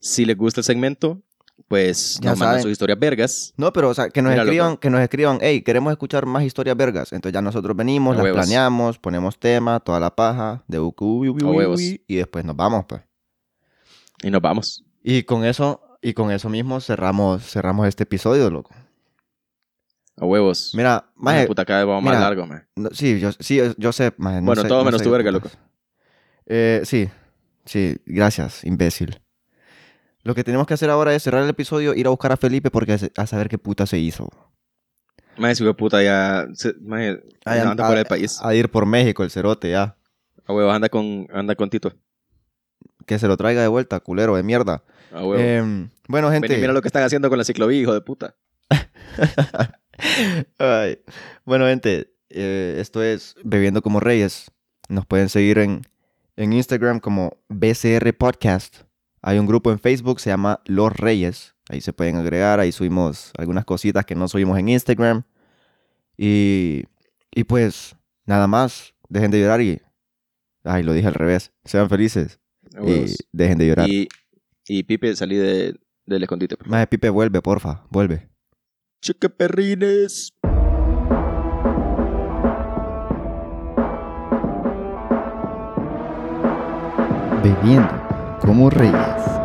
C: Si les gusta el segmento, pues
A: Ya
C: nos mandan
A: saben.
C: sus historias vergas.
A: No, pero o sea, que nos
C: Mira, loco.
A: escriban, que nos escriban, hey, queremos escuchar más historias vergas. Entonces ya nosotros venimos,
C: A
A: las
C: huevos.
A: planeamos, ponemos tema, toda la paja, de ucu, uy, uy,
C: A
A: uy,
C: huevos.
A: uy, y después nos vamos, pues.
C: Y nos vamos.
A: Y con eso, y con eso mismo cerramos, cerramos este episodio, loco.
C: A huevos.
A: Mira,
C: Maje,
A: maje,
C: puta, cada vez vamos más
A: mira.
C: largo, man.
A: no- sí, yo, sí, yo sé, maje, no
C: Bueno,
A: sé-
C: todo
A: no
C: menos
A: sé
C: tu
A: qué
C: verga,
A: putas. Eh, sí, sí, gracias, imbécil. Lo que tenemos que hacer ahora es cerrar el episodio, ir a buscar a Felipe porque a se- a saber qué puta se hizo.
C: Maje, si puta ya. se- Maje,
A: Ah,
C: ya
A: ya-
C: anda
A: ah,
C: fuera del país.
A: A ir por México, el cerote, ya.
C: A huevos, anda con, anda con Tito.
A: Que se lo traiga de vuelta, culero de mierda.
C: A huevos.
A: Em, bueno,
C: Ven y
A: gente.
C: mira lo que están haciendo con la ciclovía, hijo de puta.
A: Ay. Bueno, gente, eh, esto es Bebiendo como Reyes. Nos pueden seguir en, en Instagram como BCR Podcast. Hay un grupo en Facebook, se llama Los Reyes. Ahí se pueden agregar, ahí subimos algunas cositas que no subimos en Instagram. Y, y pues, nada más, dejen de llorar y... Ay, lo dije al revés. Sean felices
C: A
A: y
C: huevos.
A: dejen de llorar.
C: Y, y Pipe, salí de, del escondite. pues. por favor.
A: Más de Pipe, vuelve, porfa, vuelve.
C: Chica perrines.
A: Bebiendo como Reyes.